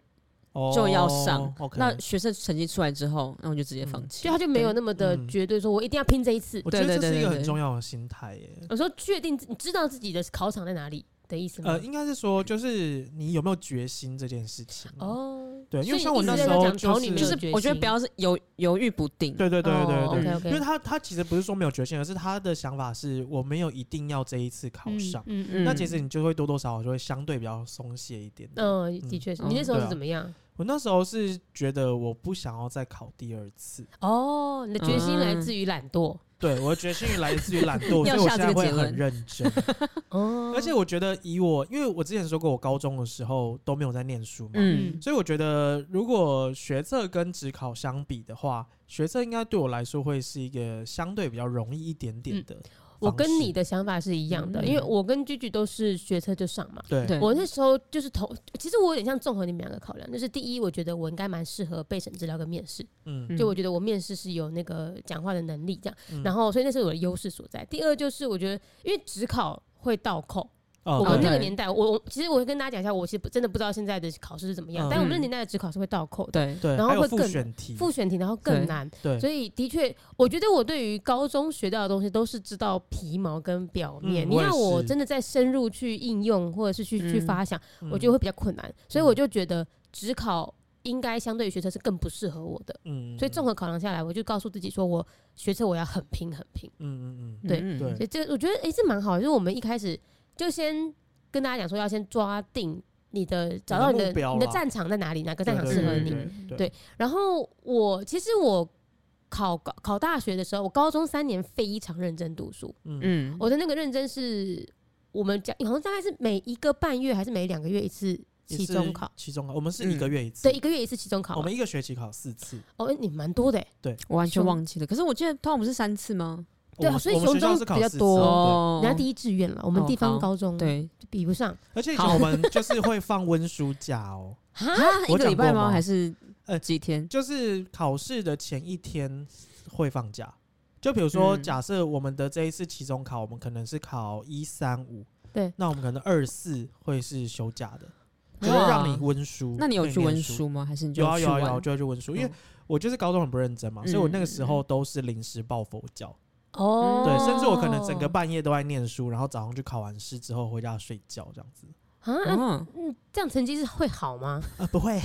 A: 哦
C: 就要上，
A: OK，
C: 那学测成绩出来之后，那我就直接放弃。
B: 就他就没有
C: 对
B: 那么的
A: 嗯
B: 绝对说，我一定要拼这一次。
A: 我觉得
C: 对对
A: 这是一
C: 对
A: 个
C: 对
A: 很
C: 对
A: 重要的心态耶。
B: 我说确定自你知道自己的考场在哪里的意思吗？
A: 呃，应该是说，就是你有没有决心这件事情？
B: 哦，
A: 对因为
B: 所以
A: 像
B: 你
A: 我
B: 一直
A: 那
B: 在
A: 时候
B: 讲
A: 就
B: 考你
A: 是
B: 没
C: 就
B: 有
C: 是
B: 决
C: 我觉得
B: 心
C: 不要是犹犹豫不定。
A: 对对对
C: 哦
A: 对对，
B: ，OK OK，
A: 因为他他其实不是说没有决心，而是他的想法是我没有一定要这一次考上。
B: 嗯
C: 嗯
A: 那其实你就会多多少少就会相对比较松懈一点。
B: 嗯，的确是。你那时候
A: 对
B: 是
A: 啊
B: 怎么样？
A: 我那时候是觉得我不想要再考第二次，
B: 哦，你的决心
C: 嗯
B: 来自于懒惰。
A: 对我的决心来自于懒 惰，所
C: 要
A: 以我
C: 下
A: 现
C: 这
A: 在
C: 个
A: 会
C: 结论
A: 很认 真。
B: 哦，
A: 而且我觉得以我，因为我之前说过，我高中的时候都没有在念书嘛，
C: 嗯，
A: 所以我觉得如果学测跟职考相比的话，学测应该对我来说会是一个相对比较容易一点点的方式、
B: 我跟你的想法是一样的，
C: 嗯
B: 因为我跟居居都是学车就上嘛。
A: 对
C: 对
B: 我那时候就是同，其实我有点像综合你们两个考量，就是第一，我觉得我应该蛮适合备审资料跟面试，
A: 嗯，
B: 就我觉得我面试是有那个讲话的能力这样，
A: 嗯
B: 然后所以那是我的优势所在。第二就是我觉得，因为只考会倒扣，
A: 哦
B: 我们
A: 对
B: 那个年代，我我其实我跟大家讲一下，我其实不真的不知道现在的考试是怎么样，
A: 嗯
B: 但我们那年代的职考是会倒扣的，
C: 对，
A: 对，
B: 然后
A: 还有
B: 会
A: 复
B: 更
A: 选题，
B: 复选题然后
C: 对
B: 更难，
A: 对，
B: 所以的确，我觉得我对于高中学到的东西都是知道皮毛跟表面，
A: 嗯
B: 你
A: 我也
B: 要我
A: 是
B: 真的再深入去应用或者是去、去
C: 嗯
B: 发想，
A: 嗯
B: 我觉得会比较困难，所以我就觉得只考应该相对于学车是更不适合我的，
A: 嗯
B: 所以综合考量下来，我就告诉自己说我学车我要很拼很拼。
A: 嗯嗯嗯
B: 对
C: 嗯
A: 对
B: 所以这我觉得诶，这蛮好的，就是我们一开始就先跟大家讲说，要先抓定你的，找到你的
A: 目标啦
B: 你的战场在哪里，哪个
A: 对
B: 战场
A: 对
B: 适合
A: 对
B: 你。
A: 对
B: 对然后我其实我考高考大学的时候，我高中三年非常认真读书，
A: 嗯
C: 嗯，
B: 我的那个认真是我们讲好像大概是每一个半月还是每两个月一次期中考，，
A: 期中考，嗯我们是一个月一次，
B: 对，一个月一次期中考
A: 我
B: 嘛。
A: 们一个学期考四次，
B: 哦，诶你蛮多的诶，
C: 我完全
B: 熊
C: 忘记了。可是我记得通常不是三次吗？
B: 对啊
A: 我们
B: 所以
A: 我们学校
B: 雄
A: 是
B: 中
A: 考
B: 比较
A: 四次哦对嗯
B: 多人家第一志愿了，我们
C: 哦
B: 地方
C: 好
B: 高中
C: 对
B: 就比不上
A: 而且以前
C: 好
A: 我们就是会放温书假 哦，
C: 啊，一
A: 我
C: 个
A: 讲
C: 礼拜
A: 过吗
C: 还是
A: 呃
C: 几天？
A: 就是考试的前一天会放假。就比如说，
C: 嗯
A: 假设我们的这一次期中考，我们可能是考一三五，
B: 对，
A: 那我们可能二四会是休假的，就会
C: 哇
A: 让你温书。
C: 那你有
A: 可以
C: 去
A: 念
C: 温？书吗？还是你就
A: 有啊
C: 去
A: 有啊有啊，
C: 玩
A: 我就会去温书，因为
C: 嗯
A: 我就是高中很不认真嘛，所以我那个时候都是临时抱佛脚，
B: 哦。
A: 对，甚至我可能整
C: 哦
B: 啊
A: 个半夜都在念书，然后早上去考完试之后回家睡觉这样子。
B: 啊，
C: 嗯，
B: 嗯，这样成绩是会好吗？
C: 呃
A: 啊，不会。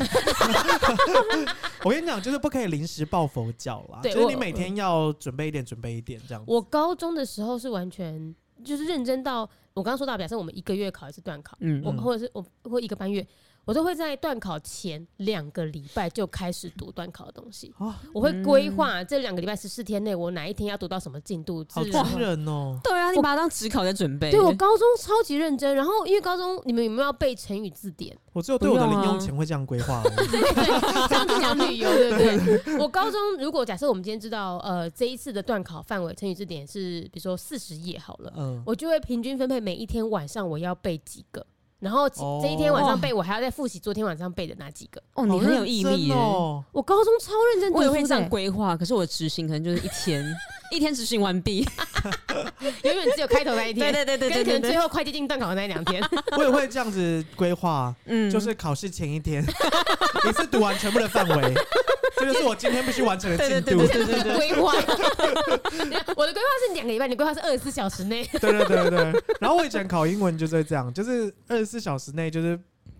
A: 我跟你讲，就是不可以临时抱佛脚啦，
B: 对
A: 就是
B: 我
A: 你每天要准备一点，准备一点这样子。
B: 我高中的时候是完全就是认真到我刚刚说到，表示我们一个月考一次段考，
C: 嗯
B: 我
A: 嗯
B: 或者是我或一个半月，我都会在段考前两个礼拜就开始读段考的东西。
A: 啊，
B: 我会规划这两个礼拜十四天内，我哪一天要读到什么进度之
A: 好
B: 类的。
A: 惊人哦！
C: 对啊，你
B: 我
C: 把它当职考在准备。
B: 对我高中超级认真，然后因为高中你们有没有要背成语字典？
A: 我只有对我的
C: 不
A: 零
C: 用啊
A: 用钱会这样规划而 已。
B: 这样子讲旅游对不对？我高中如果假设我们今天知道，呃，这一次的段考范围成语字典是比如说四十页好了，
C: 哦
A: 嗯，
B: 我就会平均分配每一天晚上我要背几个，然后其
A: 哦
B: 这一天晚上背，我还要再复习昨天晚上背的哪几个。
C: 哦，你
A: 好
C: 很有
A: 认
C: 毅
A: 真
C: 力耶。
A: 哦。
B: 我高中超认真读
C: 我也
B: 书
C: 会这
B: 的
C: 样
B: 欸，
C: 规划，可是我的执行可能就是一天。一天执行完毕。
B: 永远只有开头那一
C: 对
B: 天，
C: 对对对 对
B: 跟可
C: 对
B: 能最
C: 对，
B: 后快接近断考的那两天，
A: 我也会这样子规划，
C: 嗯
A: 就是考试前一天， 一次读完全部的范 围，这就是我今天必须完成的进度。
C: 对
A: 对
C: 对对对，
B: 规划。我的规划是两个礼拜，你规划是二十四小时内。
A: 对对对。然后我以前考英文就是会这样，就是二十四小时内，就是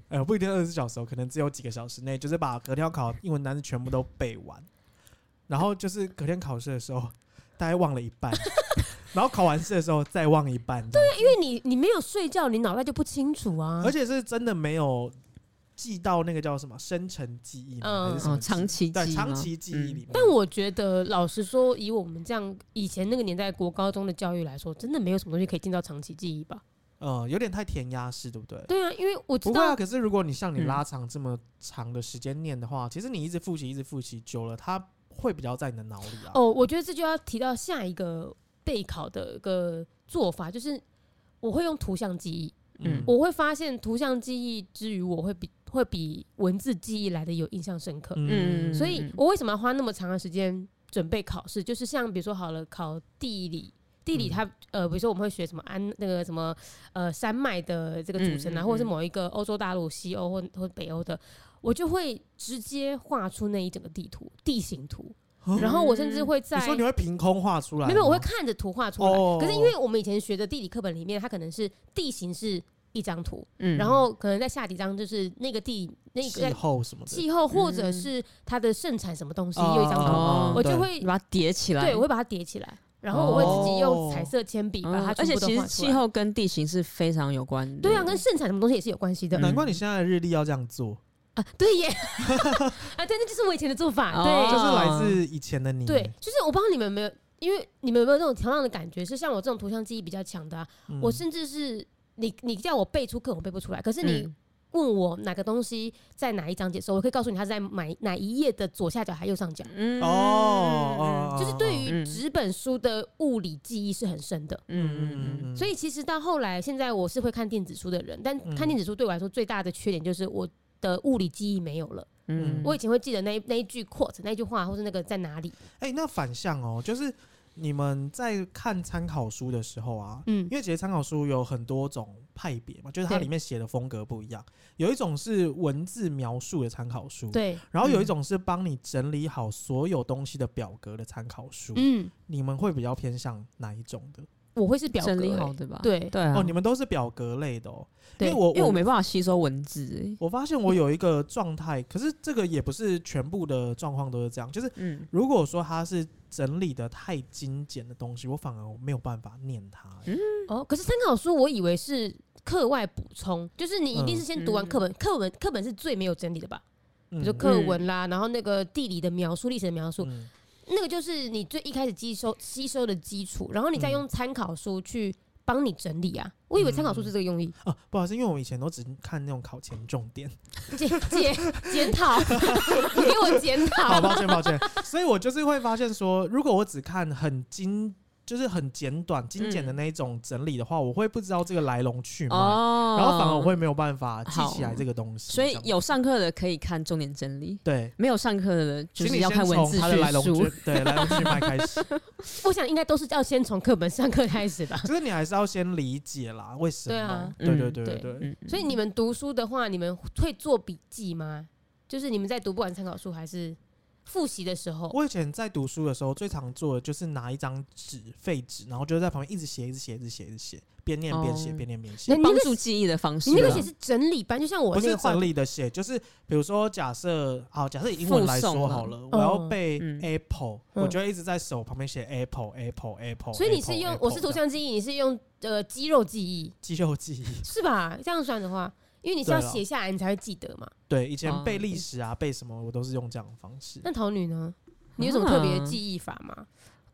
A: 呃不一定二十四小时哦，可能只有几个小时内，就是把隔天要考英文单词全部都背完，然后就是隔天考试的时候大概忘了一 半，然后考完试的时候再忘一半。对，
B: 因为你你没有睡觉，你脑袋就不清楚啊。
A: 而且是真的没有记到那个叫什么深层记忆吗？
B: 嗯
A: 还是什么
C: 哦，
A: 记忆？
C: 长期
A: 对
C: 记
A: 长
C: 吗嗯
A: 期记忆里面。
B: 但我觉得，老实说，以我们这样以前那个年代国高中的教育来说，真的没有什么东西可以进到长期记忆吧？
A: 嗯，有点太填鸭式，对不对？
B: 对啊，因为我知
A: 不会啊，
B: 道，
A: 可是如果你像你
C: 嗯
A: 拉长这么长的时间念的话，其实你一直复习，一直复习，久了它会比较在你的脑里啊。
B: 哦，我觉得这就要提到下一个备考的一个做法，就是我会用图像记忆，
C: 嗯
B: 我会发现图像记忆之余，我会比会比文字记忆来的有印象深刻。
C: 嗯
B: 所以我为什么要花那么长的时间准备考试？就是像比如说好了，考地理。地理
A: 嗯
B: 它呃，比如说我们会学什么安那个什么呃山脉的这个组成啊，
C: 嗯嗯嗯
B: 或者是某一个欧洲大陆西欧或或北欧的，我就会直接画出那一整个地图地形图，
C: 哦
B: 然后我甚至会在
A: 哦你说你会凭空画出来吗？
B: 没有，我会看着图画出来。
A: 哦
B: 可是因为我们以前学的地理课本里面，它可能是地形是一张图，
C: 嗯
B: 然后可能在下几张就是那个地那个
A: 气候什么的。
B: 气候或者
C: 嗯
B: 是它的盛产什么东西
A: 哦
B: 又一张图，
C: 哦
B: 我就
A: 对
B: 会
C: 你把它叠起来。
B: 对，我会把它叠起来，然后我会自己用彩色铅笔
A: 哦
C: 嗯
B: 把它全
C: 而且
B: 部都
C: 其
B: 画
C: 实
B: 出
C: 气
B: 来。
C: 候跟地形是非常有关的。嗯
B: 对啊，跟盛产什么东西也是有关系的
A: 难怪你现在的日历要这样做，
B: 啊，对耶， 啊，对，那就是我以前的做法，
A: 这
B: 对
C: 哦
A: 是来自以前的你。
B: 嗯对，就是我不知道你们有没有，因为你们有没有那种同样的感觉？是像我这种图像记忆比较强的啊，
A: 嗯，
B: 我甚至是你你叫我背出课我背不出来，可是你
C: 嗯
B: 问我哪个东西在哪一章节的时候，我可以告诉你它是在哪一哪一页的左下角还右上角。
C: 嗯
A: 哦哦，
B: 就是对
A: 哦
B: 于
C: 嗯
B: 纸本书的物理记忆是很深的。
C: 嗯嗯
B: 所以其实到后来，现在我是会看电子书的人，但
A: 嗯
B: 看电子书对我来说最大的缺点就是我的物理记忆没有了。
C: 嗯
B: 我以前会记得那一那一句 quote 那一句话，或是那个在哪里。
A: 哎，那反向哦，就是你们在看参考书的时候啊，
B: 嗯
A: 因为其实参考书有很多种派别嘛，就是它
B: 对
A: 里面写的风格不一样。有一种是文字描述的参考书，
B: 对，嗯
A: 然后有一种是帮你整理好所有东西的表格的参考书。
B: 嗯，
A: 你们会比较偏向哪一种的？
B: 我会是表格、
C: 整理好
B: 欸
C: 的吧？
B: 对
C: 对啊。
A: 哦，你们都是表格类的哦。因
B: 对
A: 为我
C: 因为我没办法吸收文字，哎
A: 我发现我有一个状态，可是这个也不是全部的状况都是这样，就是
C: 嗯，
A: 如果说它是整理的太精简的东西，我反而没有办法念它。欸
C: 嗯
B: 哦。可是参考书我以为是课外补充，就是你一定是先读完课本，课、文课本是最没有整理的吧？比
A: 嗯
B: 如说课文啦，然后那个地理的描述、历史的描述，
A: 嗯
B: 那个就是你最一开始吸收吸收的基础，然后你再
A: 嗯
B: 用参考书去帮你整理啊。我以为参考书是这个用意，
A: 啊，不好意思，因为我以前都只看那种考前重点，
B: 检检检讨，你给我检
A: 好，
B: 讨。
A: 抱歉抱歉。所以我就是会发现说，如果我只看很精，就是很简短、精简的那一种整理的话，我会不知道这个来龙去脉，
C: 哦
A: 然后反而我会没有办法记
C: 好
A: 起来这个东西。
C: 所以
A: 这样
C: 有上课的可以看重点整理，
A: 对，
C: 没有上课的就
A: 请
C: 是
A: 你
C: 要
A: 先
C: 看文
A: 从
C: 字
A: 它的
C: 叙
A: 来龙去
C: 述。
A: 对来龙去脉开 始，
B: 我想应该都是要先从课本上课开始吧。
A: 就是你还是要先理解啦，为什么？
B: 对啊
A: 对对
C: 嗯
A: 对对
B: 对
A: 对
C: 嗯，
B: 所以你们读书的话，你们会做笔记吗？就是你们在读不管参考书还是复习的时候，
A: 我以前在读书的时候，最常做的就是拿一张纸废纸，然后就在旁边一直写，一直写，一直写，一直写，边念边写，
C: 哦
A: 边念边写
B: 那。你那
C: 帮
B: 个
C: 助记忆的方式
B: 你
C: 啊，
B: 那个写是整理班，就像我
A: 不
B: 那
A: 是
B: 个画
A: 整理的写，就是比如说假设好，假设以英文来
C: 附
A: 说
C: 送啊
A: 好了，我要背
C: 嗯
A: apple，、
B: 嗯
A: 我就会一直在手旁边写 apple apple apple。
B: 所以你是用我是图像记忆，你是用呃肌肉记忆
A: 肌肉记忆。
B: 是吧？这样算的话，因为你是要
A: 对啦啊
B: 写下来你才会记得嘛。
A: 对，以前
C: 哦
A: 背历史啊，背什么我都是用这样的方式。
B: 那桃女呢？你有什么特别的
C: 啊
B: 记忆法吗？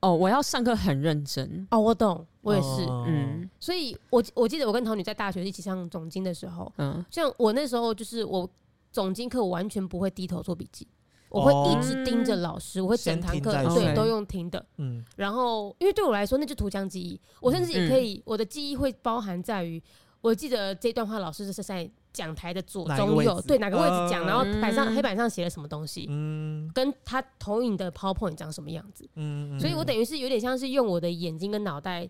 C: 哦，我要上课很认真，
B: 哦，我懂，我也是。
A: 嗯
C: 嗯
B: 所以我我记得我跟桃女在大学一起上总经的时候，
C: 嗯，
B: 像我那时候就是我总经课，我完全不会低头做笔记，我会一直盯着老师，我会整堂课
A: 哦先听再
C: 说
B: 对都用听的。
A: 嗯，
B: 然后因为对我来说那就图像记忆，我甚至也可以，我的记忆会包含在于，我记得这段话老师是在讲台的左
A: 哪一个
B: 中
A: 位
B: 右，
A: 置
B: 对哪个位置讲，
A: 嗯
B: 然后板上
C: 嗯
B: 黑板上写了什么东西，
A: 嗯
B: 跟他投影的 PowerPoint 长什么样子，
A: 嗯，嗯
B: 所以我等于是有点像是用我的眼睛跟脑袋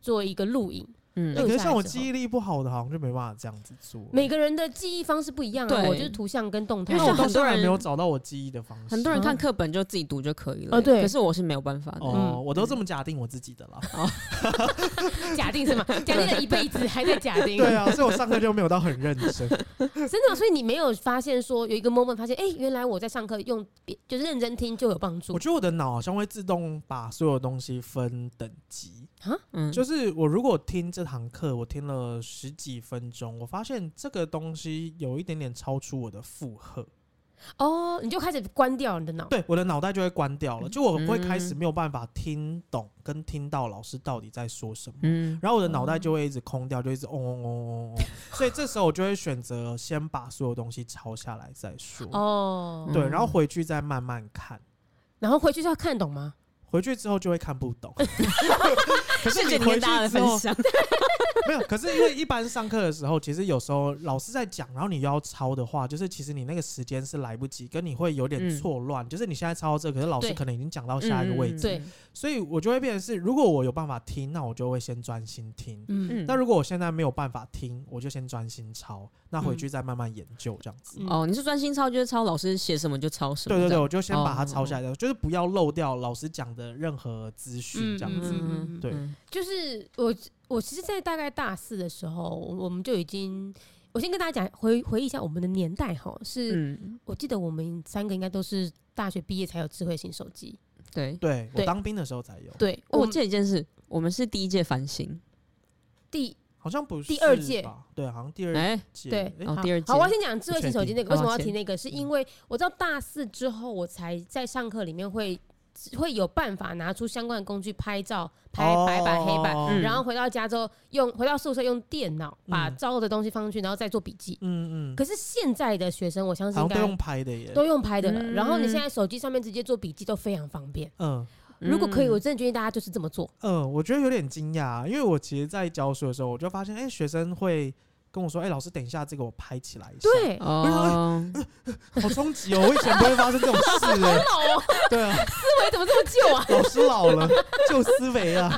B: 做一个录影。
C: 嗯
A: 欸可是像我
B: 录下来之后
A: 记忆力不好的，好像就没办法这样子做。
B: 每个人的记忆方式不一样啊，
C: 对
B: 我就是图像跟动态
C: 因
A: 因
C: 为
A: 为
C: 像
A: 我
C: 很
A: 到
C: 多
A: 现在
C: 人
A: 没有找到我记忆的方式。
C: 很多人看课本就自己读就可以
B: 啊
C: 了、欸
B: 哦对
C: 可是我是没有办法的。
A: 哦，我都这么假定我自己的啦。
B: 假定是吗？假定了一辈子还在假定，
A: 对啊，所以我上课就没有到很认 真。
B: 真的，所以你没有发现说有一个 moment 发现，哎、原来我在上课用就是认真听就有帮助
A: 我觉得我的脑好像会自动把所有东西分等级。
C: 嗯，
A: 就是我如果听这堂课，我听了十几分钟，我发现这个东西有一点点超出我的负荷，
B: 哦，你就开始关掉你的脑。
A: 对我的脑袋就会关掉了，就我会开始
C: 嗯
A: 没有办法听懂跟听到老师到底在说什么。
C: 嗯，
A: 然后我的脑袋就会一直空掉，就一直嗡嗡嗡嗡嗡嗡，所以这时候我就会选择先把所有东西抄下来再说，
B: 哦，
A: 对，
C: 嗯
A: 然后回去再慢慢看，
B: 然后回去就要看懂吗？
A: 回去之后就会看不 懂。可是
C: 谢谢
A: 你
C: 你
A: 回
C: 跟
A: 去
C: 大家的
A: 之
C: 分
A: 后
C: 享。
A: 没有，可是因为一般上课的时候，其实有时候老师在讲，然后你又要抄的话，就是其实你那个时间是来不及，跟你会有点
C: 嗯
A: 错乱，就是你现在抄到这，可是老师
B: 对
A: 可能已经讲到下一个位置，
B: 对，
A: 所以我就会变成是，如果我有办法听，那我就会先专心听。
B: 嗯
A: 那如果我现在没有办法听，我就先专心抄，那回去
B: 嗯
A: 再慢慢研究这样子。
B: 嗯
C: 哦，你是专心抄，就是抄老师写什么就抄什么。
A: 对对
C: 这
A: 对，
C: 样，
A: 我就先把它
C: 哦
A: 抄下来，就是不要漏掉老师讲的任何资讯这样子。
B: 嗯嗯嗯
A: 对
C: 嗯
B: 就是我我其实，在大概大四的时候，我们就已经，我先跟大家讲回回忆一下我们的年代哈，是、
C: 嗯，
B: 我记得我们三个应该都是大学毕业才有智慧型手机。
C: 对。
A: 对我
B: 对
A: 当兵的时候才有，
B: 对，
C: 哦我
B: 们
C: 记得一件事，我们是第一届繁星，
B: 第
A: 好像不是
B: 第二届
A: 吧？对，好像第二
C: 哎，
A: 届。
B: 对
A: 诶
C: 哦
B: 好
C: 第二届
B: 好，我要先讲智慧型手机那个，为什么
C: 哦
B: 要
C: 抱歉
B: 提那个？是因为我知道大四之后，我才在上课里面会会有办法拿出相关的工具拍照，拍
A: 哦
B: 白板、黑板。
C: 嗯
B: 然后回到家之后，用回到宿舍用电脑把
A: 嗯
B: 照的东西放上去，然后再做笔记。
A: 嗯嗯，
B: 可是现在的学生，我相信
A: 好像
B: 应
A: 都
B: 该
A: 用拍的耶。
B: 都用拍的了。
C: 嗯
B: 然后你现在手机上面直接做笔记都非常方便。
A: 嗯
B: 如果可以，
C: 嗯
B: 我真的建议大家就是这么做。
A: 嗯，我觉得有点惊讶，啊因为我其实，在教书的时候，我就发现，哎，学生会跟我说，哎，老师，等一下，这个我拍起来一下。
B: 对，
C: 哦，
A: 好冲击哦！我以前不会发生这种事 哎、
B: 老哦，
A: 对啊，
B: 思维怎么这 么旧啊？
A: 老师老 了，旧思维啊。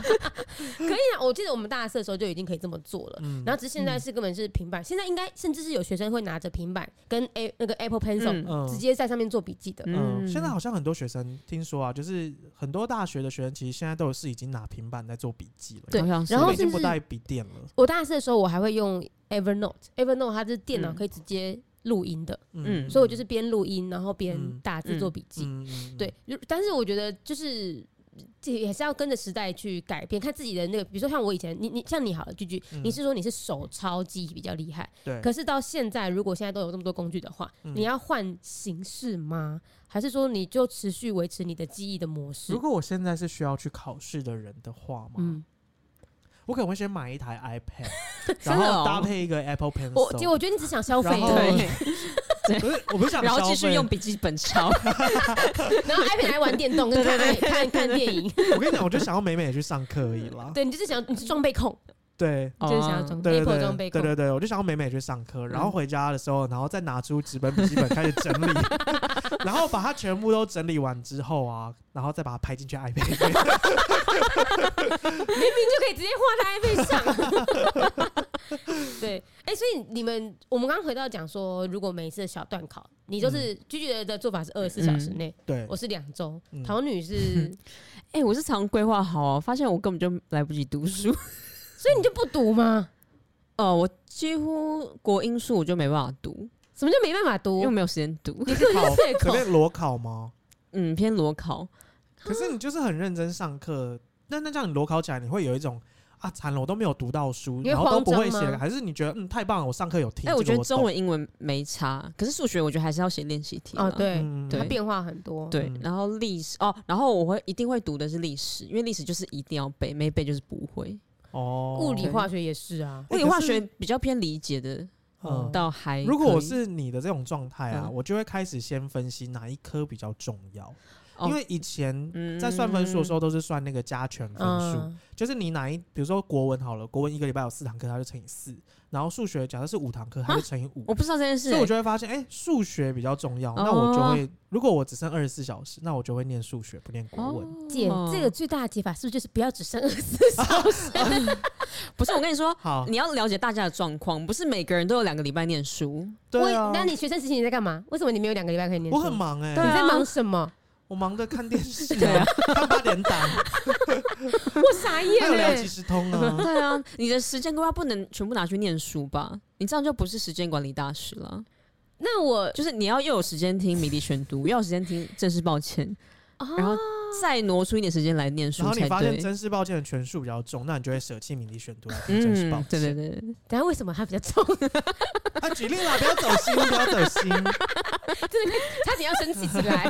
B: 可以啊，我记得我们大四的时候就已经可以这么做了。
A: 嗯，
B: 然后只是现在
A: 嗯
B: 是根本是平板，现在应该甚至是有学生会拿着平板跟 A 那个 Apple Pencil、
C: 嗯
A: 嗯
B: 直接在上面做笔记的。
A: 嗯，现在好像很多学生听说啊，就是很多大学的学生其实现在都是已经拿平板在做笔记了，
B: 对
C: 好像是
B: 然后
A: 已经
B: 甚
A: 不
B: 至
A: 带笔电了。
B: 我大四的时候我还会用 Evernote，Evernote 它是电脑
C: 嗯
B: 可以直接录音的，
C: 嗯
B: 所以我就是边录音然后边
A: 嗯
B: 打字做笔记。
A: 嗯嗯嗯
B: 对，就但是我觉得就是。这也是要跟着时代去改变，看自己的那个，比如说像我以前，你你像你好了，句句，
A: 嗯
B: 你是说你是手抄记忆比较厉害，
A: 对，
B: 可是到现在，如果现在都有这么多工具的话，
A: 嗯
B: 你要换形式吗？还是说你就持续维持你的记忆的模式
A: 如？果我现在是需要去考试的人的话嘛，
B: 嗯，
A: 我可能会先买一台 iPad，
C: 真
A: 然
C: 的
A: 后搭
C: 哦
A: 配一个 Apple
B: 我其实
A: Pencil。
B: 我觉得你只想消费，哦
A: 然后
B: 对
C: 对，
A: 不是，我不是想
C: 然后
A: 消
C: 继续
A: 费
C: 用笔记本抄，
B: 然后 iPad 来玩电动，跟看看看电影，
A: 我跟你讲，我就想要美美地去上课而已啦。
B: 对你就是想你是装备控，
A: 对，
C: 哦
B: 就是想要装
A: 对
B: Apple
A: 对
B: 装
A: 对
B: 备
A: 对
B: 控。
A: 对
B: 嗯
A: 对，我就想要美美去上课，然后回家的时候，然后再拿出纸本笔记本开始整 理，然后把它全部都整理完之后啊，然后再把它拍进去 iPad 里 面。
B: 明明就可以直接画在 iPad 上。 对，哎、所以你们我们刚刚回到讲说，如果每一次的小段考，你就是拒绝的做法是二十四小时内，
A: 对
B: 我，是两周，
A: 嗯
B: 桃女是，
C: 哎，我是常规划好哦，发现我根本就来不及读书。
B: 所以你就不读吗？
C: 哦，我几乎国英数我就没办法读，
B: 什么叫没办法读
C: 因为？没有时间读。
B: 你是不是
A: 考
B: 社
A: 可
B: 恐？
A: 被裸考吗？
C: 嗯，偏裸考，
A: 可是你就是很认真上课，那那这样你裸考起来，你会有一种。啊，惨了，我都没有读到书，
B: 你会
A: 然后都
B: 慌
A: 不
B: 张
A: 会写
B: 吗，
A: 还是你觉得嗯太棒了，我上课有听。
C: 哎，我
A: 这
C: 觉
A: 个
C: 得
A: 我
C: 中
A: 懂，
C: 文、英文没差，可是数学我觉得还是要写练习题
B: 哦，
C: 啦
B: 对，
A: 嗯
B: 它
C: 对
B: 变化很多。
C: 对
A: 嗯，
C: 然后历史哦，然后我会一定会读的是历史，因为历史就是一定要背，没背就是不会。
A: 哦，
B: 物理化学也是啊，哦
A: 哎
C: 物理
A: 可
C: 化
A: 是
C: 学比较偏理解的，
A: 嗯
C: 倒还
A: 如果我
C: 可以
A: 是你的这种状态啊，
C: 嗯
A: 我就会开始先分析哪一科比较重要。
C: 哦
A: 因为以前
C: 嗯
A: 在算分数的时候都是算那个加权分数，
B: 嗯，
A: 就是你哪一，比如说国文好了，国文一个礼拜有四堂课，它就乘以四；然后数学假设是五堂课，它就乘以五。
C: 啊我不知道这件事
A: 所以我
C: 欸，
A: 就会发现，哎、数学比较重要，
C: 哦
A: 那我就会，如果我只剩二十四小时，那我就会念数学，不念国文。
B: 解
C: 哦
B: 这个最大的解法是不是就是不要只剩二十四
A: 啊
B: 小时？
C: 不是我跟你说，
A: 好，
C: 你要了解大家的状况，不是每个人都有两个礼拜念书。
A: 对啊
B: 我，那你学生时期你在干嘛？为什么你没有两个礼拜可以念书？
A: 我很忙哎、
C: 对
B: 你
C: 啊
B: 在忙什么？
A: 我忙着看电视、
C: 对啊
A: 啊，看八点档，
B: 我傻眼欸
A: 还有聊
B: 了
C: 欸
A: 即。时通啊。
C: 对啊，你的时间规划不能全部拿去念书吧？你这样就不是时间管理大师了。
B: 那我
C: 就是你要又有时间听迷笛 选读，又有时间听正式抱歉，然
B: 然
C: 后再挪出一点时间来念
A: 然
C: 书
A: 后你
C: 才
A: 发
C: 对
A: 现。真是抱歉的权数比较重，那你就会舍弃米粒选读来听真是抱
C: 嗯，
A: 歉。
C: 对对对，
B: 等下为什么它比较重？
A: 啊，举例啦，不要走心，不要走心。
B: 差点要生气起来。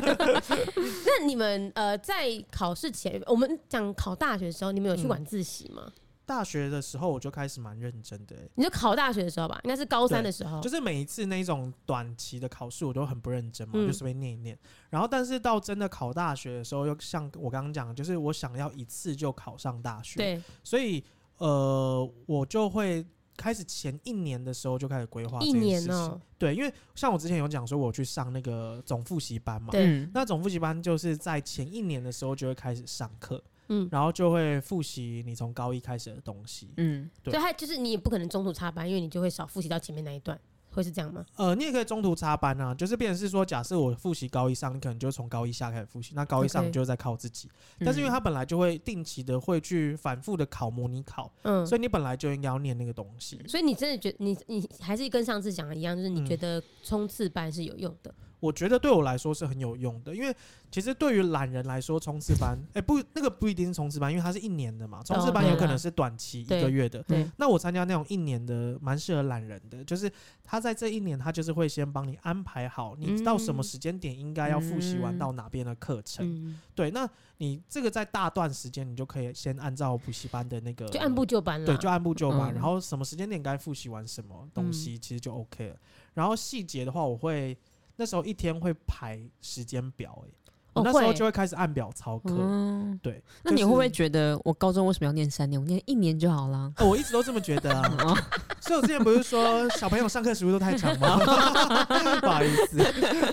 B: 那你们呃，在考试前，我们讲考大学的时候，你们有去晚自习吗？
A: 大学的时候我就开始蛮认真的欸、
B: 你就考大学的时候吧，应该是高三的时候。
A: 就是每一次那种短期的考试，我都很不认真嘛，
B: 嗯
A: 就随便念一念。然后，但是到真的考大学的时候，又像我刚刚讲的，就是我想要一次就考上大学，，
B: 对，
A: 所以呃，我就会开始前一年的时候就开始规划这
B: 一
A: 件
B: 年
A: 事情。
B: 哦、
A: 对，因为像我之前有讲说，我去上那个总复习班嘛，
B: 对
C: 嗯
A: 那总复习班就是在前一年的时候就会开始上课，
B: 嗯，
A: 然后就会复习你从高一开始的东西，
C: 嗯，
A: 对
B: 所以他就是你也不可能中途插班，因为你就会少复习到前面那一段，会是这样吗？
A: 呃，你也可以中途插班啊，就是变成是说，假设我复习高一上，你可能就从高一下开始复习，那高一上
B: OK
A: 你就在靠自己。
C: 嗯
A: 但是
B: 嗯
A: 因为他本来就会定期的会去反复的考模拟考，
B: 嗯，
A: 所以你本来就应该要念那个东西。
B: 所以你真的觉你你还是跟上次讲的一样，就是你
A: 嗯
B: 觉得冲刺班是有用的，
A: 我觉得对我来说是很有用的，因为其实对于懒人来说，冲刺班，哎、不，那个不一定是冲刺班，因为它是一年的嘛，冲刺班
C: 对
A: 有可
B: 啦
A: 能是短期一
B: 对
A: 个月的。
B: 对
A: 那我参加那种一年的，蛮适合懒人的，就是他在这一年，他就是会先帮你安排好，你到什么
B: 嗯
A: 时间点应该要复习完
C: 嗯
A: 到哪边的课程。
B: 嗯，
A: 对，那你这个在大段时间，你就可以先按照补习班的那个，
B: 就按部就班了。
A: 对，就按部就班，
C: 嗯
A: 然后什么时间点该复习完什么东西，
B: 嗯
A: 其实就 OK 了。然后细节的话，我会那时候一天会排时间表、欸，我
B: 哦
A: 那时候
B: 会哦
A: 就会开始按表操课。
C: 嗯，
A: 对，
C: 那你
A: 就
C: 会不会
A: 是
C: 觉得我高中为什么要念三年？我念一年就好 啦。
A: 呃我一直都这么觉得啊，所以我之前不是说小朋友上课时间都太长 吗？不好意思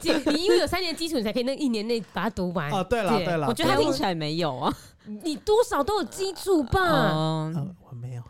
B: 姐， 你因为有三年基础，你才可以那一年内把它读完。
A: 哦，对了
B: 姐
A: 对了，
C: 我觉得他
A: 对
C: 听起来没有啊。
B: 你多少都有基础吧？
C: 哦，
A: 呃我没有，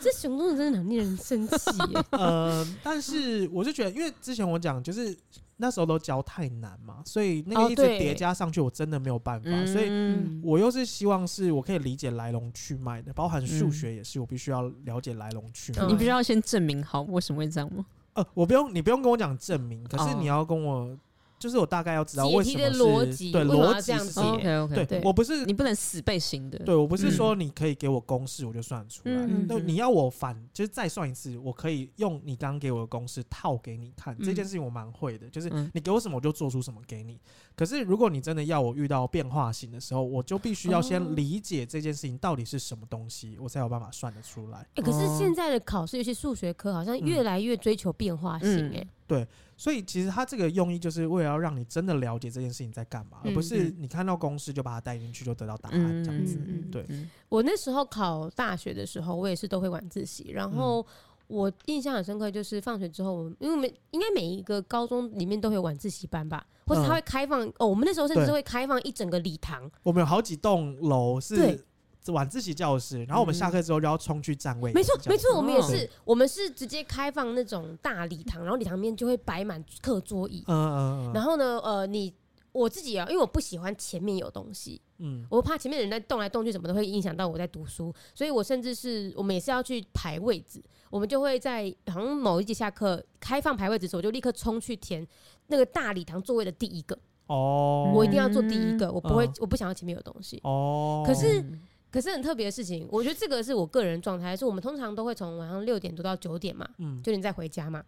B: 这熊中真的很令人生气 耶。
A: 呃，但是我就觉得，因为之前我讲就是那时候都教太难嘛，所以那
B: 哦
A: 个一直
B: 对
A: 叠加上去，我真的没有办法，
C: 嗯
A: 所以。我又是希望是我可以理解来龙去脉的，包含数学也是，我必须要了解来龙
B: 嗯
A: 去脉。
C: 你必须要先证明好为什么会这样吗？
A: 呃，我不用你不用跟我讲证明，可是
C: 哦
A: 你要跟我，就是我大概要知道为什
B: 解
A: 么
B: 题的
A: 是
B: 逻辑
A: 对
B: 为什么要
A: 逻
B: 这
A: 辑
B: 样
A: 是
B: 子
A: 什么？
C: OK，
A: 对
B: 对
A: 我不是
C: 哦你不能死背型的。
A: 对我不是说你可以给我公式我就算出来，
C: 嗯
A: 那你要我反，就是再算一次，我可以用你刚刚给我的公式套给你看。这件事情我蛮会的，就是
C: 嗯
A: 你给我什么我就做出什么给你。可是如果你真的要我遇到变化型的时候，我就必须要
C: 哦
A: 先理解这件事情到底是什么东西，我才有办法算得出来。
B: 欸可是
C: 哦
B: 现在的考试，尤其数学科，好像越来越追求变化性
C: 嗯
B: 哎。
A: 所以其实它这个用意就是为了要让你真的了解这件事情在干嘛，而不是
C: 嗯
A: 你看到公式就把它带进去就得到答案啊这样子。
B: 嗯嗯
A: 对，
B: 我那时候考大学的时候，我也是都会晚自习，然后。
A: 嗯
B: 我印象很深刻，就是放学之后，我们因为我们应该每一个高中里面都会有晚自习班吧，或者
A: 嗯
B: 他会开放、哦，我们那时候甚至
A: 对
B: 会开放一整个礼堂，
A: 我们有好几栋楼
B: 对
A: 是晚自习教室，然后我们下课之后就要冲去站位。
B: 嗯没错，
A: 哎这样子嗯
B: 没错，我们也
C: 哦
B: 是，我们是直接开放那种大礼堂，然后礼堂里面就会摆满课桌椅。
A: 嗯嗯嗯
B: 然后呢，呃，你我自己啊，因为我不喜欢前面有东西，
A: 嗯，
B: 我怕前面的人在动来动去，什么都会影响到我在读书，所以我甚至是我们也是要去排位置，我们就会在好像某一节下课开放排位置的时候，我就立刻冲去填那个大礼堂座位的第一个，
A: 哦，
B: 我一定要坐第一个，我不会
A: 嗯，
B: 我不想要前面有东西。
A: 哦，
B: 可是可是很特别的事情，我觉得这个是我个人状态，是我们通常都会从晚上六点多到九点嘛，
A: 嗯，
B: 九点再回家嘛。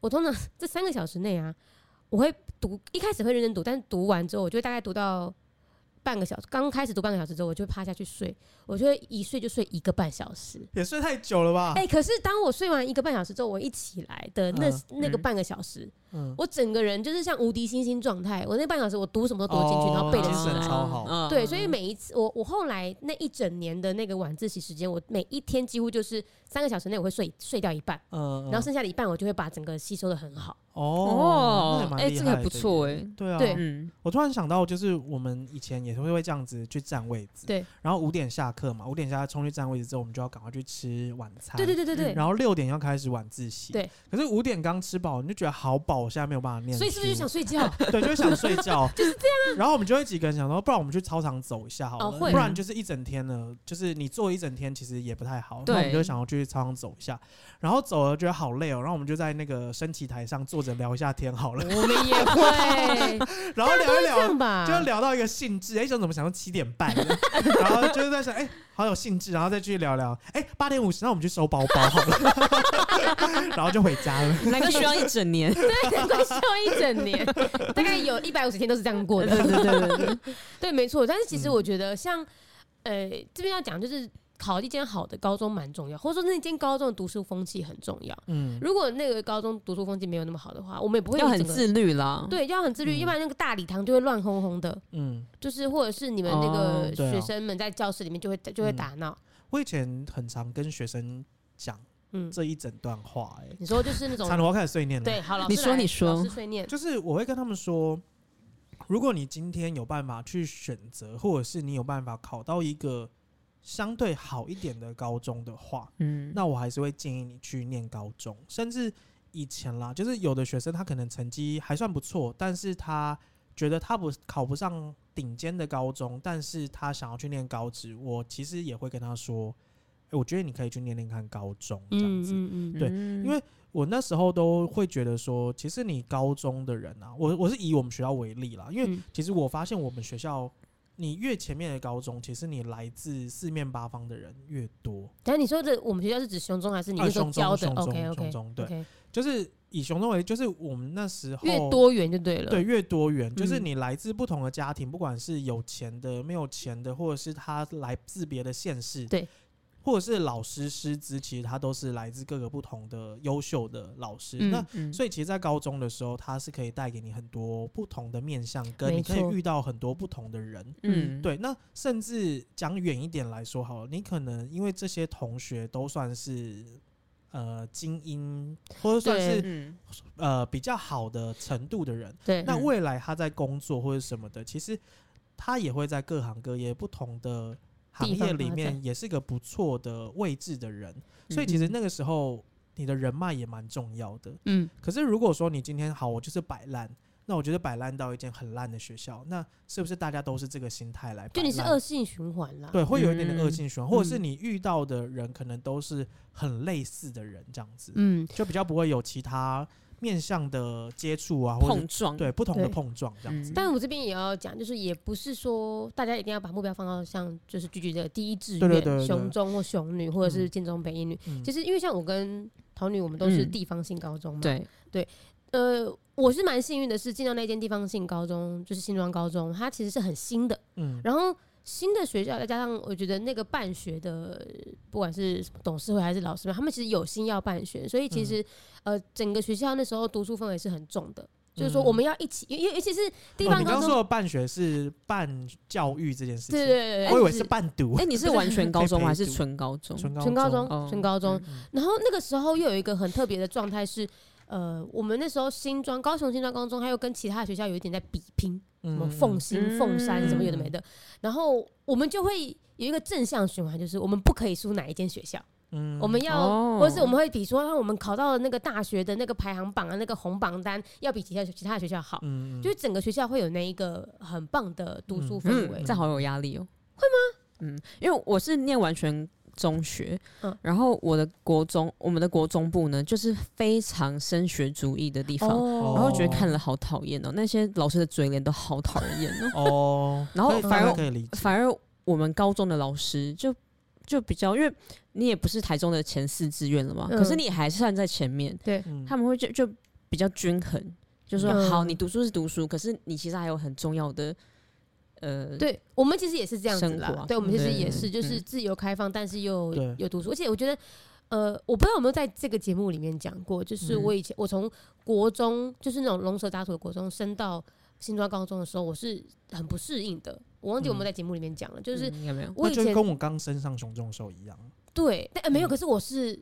B: 我通常这三个小时内啊，我会读，一开始会认真读，但是读完之后，我就会大概读到半个小时，刚开始读半个小时之后，我就会趴下去睡，我就会一睡就睡一个半小时。
A: 也睡太久了吧？
B: 哎、可是当我睡完一个半小时之后，我一起来的那、那个半个小时，
A: 嗯，
B: 我整个人就是像无敌星星状态。我那半小时我读什么都读进去，然后背
A: 精
B: 得
A: 神
B: 起来。
A: 超好
C: 嗯
B: 对，所以每一次我我后来那一整年的那个晚自习时间，我每一天几乎就是三个小时内我会睡睡掉一半，
A: 嗯，
B: 然后剩下的一半我就会把整个吸收的很
C: 嗯
B: 好。
A: 哦，那
C: 哦
A: 也，蛮
C: 哎，
A: 厉
C: 这个
A: 害的
C: 还不错
A: 耶
C: 哎，
A: 对啊，
B: 对
C: 嗯，
A: 我突然想到，就是我们以前也是会这样子去占位置，
B: 对，
A: 然后五点下课嘛，五点下课冲去占位置之后，我们就要赶快去吃晚餐，
B: 对对对对对，
C: 嗯
A: 然后六点要开始晚自习，
B: 对。
A: 可是五点刚吃饱，你就觉得好饱，我现在没有办法念书，
B: 所以是不是就想睡 觉？
A: 对，就会想睡觉， 就是这样、啊。啊然后我们就会几个人想说，不然我们去操场走一下好了，
B: 哦会
A: 不然就是一整天呢，就是你坐一整天其实也不太好。那
C: 对
A: 我们就想要去操场走一下，然后走了觉得好累哦，然后我们就在那个升旗台上坐着聊一下天好 了，
B: 我们也会，
C: 啊
A: 然后聊一
B: 这样
A: 聊。
B: 吧，
A: 就聊到一个兴致，哎、想怎么想到七点半呢，然后就是在想，哎、好有兴致，然后再继续聊聊，哎、八点五十，那我们去收包包好了， 然后就回家了。
C: 那个需要一 整年，
B: 对，快笑一整 年，大概有一百五十天都是这样过
C: 对
B: 的。
C: 对对对对，
B: 对，没错。但是其实
A: 嗯
B: 我觉得像，呃，这边要讲就是考一间好的高中蛮重要，或者说那间高中的读书风气很重要。
A: 嗯，
B: 如果那个高中读书风气没有那么好的话，我们也不会
C: 要
B: 有
C: 很
B: 整个
C: 自律啦，
B: 对，要很自律，
A: 嗯
B: 要不然那个大礼堂就会乱哄哄的，
A: 嗯，
B: 就是或者是你们那
C: 哦
B: 个
A: 对啊
B: 学生们在教室里面就会就会
A: 嗯
B: 打闹。
A: 我以前很常跟学生讲
B: 嗯，
A: 这一整段话、哎，
B: 你说就是那种
A: 惨了，我要开始碎念了。
B: 对，好老师
C: 你说
B: 来
C: 你说
B: 老师碎念，
A: 就是我会跟他们说，如果你今天有办法去选择，或者是你有办法考到一个相对好一点的高中的话，
C: 嗯，
A: 那我还是会建议你去念高中，甚至以前啦，就是有的学生他可能成绩还算不错，但是他觉得他不考不上顶尖的高中，但是他想要去念高职，我其实也会跟他说，哎、我觉得你可以去念念看高中这样
B: 嗯
A: 子。
B: 嗯嗯，
A: 对
C: 因
A: 因为我那时候都会觉得说，其实你高中的人啊，我我是以我们学校为例啦，因为
B: 嗯
A: 其实我发现我们学校，你越前面的高中，其实你来自四面八方的人越多。
B: 但你说的我们学校是指雄中还是你
A: 啊
B: 那时候
A: 雄中
B: 教的
A: 雄中
B: ？OK
A: 雄
B: OK
A: 中对
B: OK，
A: 就是以雄中为例，就是我们那时候
B: 越多元就对了。
A: 对，越多元，就是
B: 嗯
A: 你来自不同的家庭，不管是有钱的、没有钱的，或者是他来自别的县市，
B: 对，
A: 或者是老师师资，其实他都是来自各个不同的优秀的老师。
B: 嗯
A: 那
C: 嗯
A: 所以其实，在高中的时候，它是可以带给你很多不同的面向，跟
B: 没
A: 你可以
B: 错
A: 遇到很多不同的人。
C: 嗯，
A: 对，那甚至讲远一点来说，好了，你可能因为这些同学都算是呃精英，或者算
B: 对
A: 是
C: 嗯，
A: 呃比较好的程度的人，
B: 对，
A: 那
C: 嗯
A: 未来他在工作或者什么的，其实他也会在各行各业不同的行
B: 地方啊
A: 业里
B: 发
A: 面，
B: 展
A: 也是个不错的位置的人。
C: 嗯
A: 所以其实那个时候，你的人脉也蛮重要的。
B: 嗯，
A: 可是如果说你今天好，我就是摆烂，那我觉得摆烂到一间很烂的学校，那是不是大家都是这个心态来摆烂？
B: 就你是恶性循环啦。
A: 对，会有一点点恶性循环，
B: 嗯
A: 或者是你遇到的人可能都是很类似的人，这样子、
B: 嗯，
A: 就比较不会有其他面向的接触啊，或者
C: 碰撞，
A: 对不同的
B: 对
A: 碰撞这样子。
C: 嗯
B: 但我这边也要讲，就是也不是说大家一定要把目标放到像就是句句的第一志
A: 对对对
B: 愿
A: 对
B: 雄中或雄女，或者是
A: 嗯
B: 建中北一女。
A: 嗯
B: 其实因为像我跟桃女，我们都是
C: 嗯
B: 地方性高中嘛。，
C: 对，
B: 呃，我是蛮幸运的，是进到那间地方性高中，就是新庄高中，它其实是很新的。
A: 嗯
B: 然后新的学校，再加上我觉得那个办学的，呃不管是什么董事会还是老师们，他们其实有心要办学，所以其实、呃，整个学校那时候读书氛围是很重的。就是说，
A: 嗯
B: 我们要一起，因为因为尤其是地
A: 哦
B: 方
A: 你刚刚
B: 高中，
A: 说的办学是办教育这件事情，
B: 对对对对，
A: 我以
B: 就
A: 为是办读
C: 哎，，你是完全高中吗还是
A: 可以陪读
C: 纯高中？
A: 纯
B: 纯高中，
C: 哦
B: 纯高中。
A: 嗯
B: 然后那个时候又有一个很特别的状态是，呃，我们那时候新庄高雄新庄高中，它又跟其他的学校有一点在比拼，嗯什么凤
C: 嗯
B: 新、凤山什么有的没的。然后我们就会有一个正向循环，就是我们不可以输哪一间学校，
A: 嗯
B: 我们要。
C: 哦
B: 或者是我们会比说，让啊我们考到了那个大学的那个排行榜啊，那个红榜单，要比其他其他的学校好，
A: 嗯嗯。
B: 就是整个学校会有那一个很棒的读书氛围
C: 嗯，。这好有压力哦。会吗？嗯，因为我是念完全中学，
B: 嗯
C: 然后我的国中，我们的国中部呢，就是非常升学主义的地方，
B: 哦
C: 然后觉得看了好讨厌哦，那些老师的嘴脸都好讨人厌哦
A: 哦，
C: 然后
A: 可以
C: 反而
A: 大概可以理解，
C: 反而我们高中的老师就就比较，因为你也不是台中的前四志愿了嘛，
B: 嗯
C: 可是你还算在前面，
A: 嗯
C: 他们会就就比较均衡，就说、
B: 嗯
C: 好，你读书是读书，可是你其实还有很重要的呃，
B: 对我们其实也是这样子
C: 生活
B: 啦
C: 啊。
B: 对，我们其实
C: 对
B: 也是，
C: 嗯
B: 就是自由开放，但是又
A: 对
B: 有读书。而且我觉得，呃，我不知道有没有在这个节目里面讲过，就是我以前我从国中，就是那种龙蛇打土的国中，升到新庄高中的时候，我是很不适应的。我忘记我们在节目里面讲了，就是
C: 嗯有没有？
B: 我
A: 那
B: 以
A: 就是
B: 前
A: 跟我刚升上雄中的时候一样。
B: 对，但、呃没有，可是我是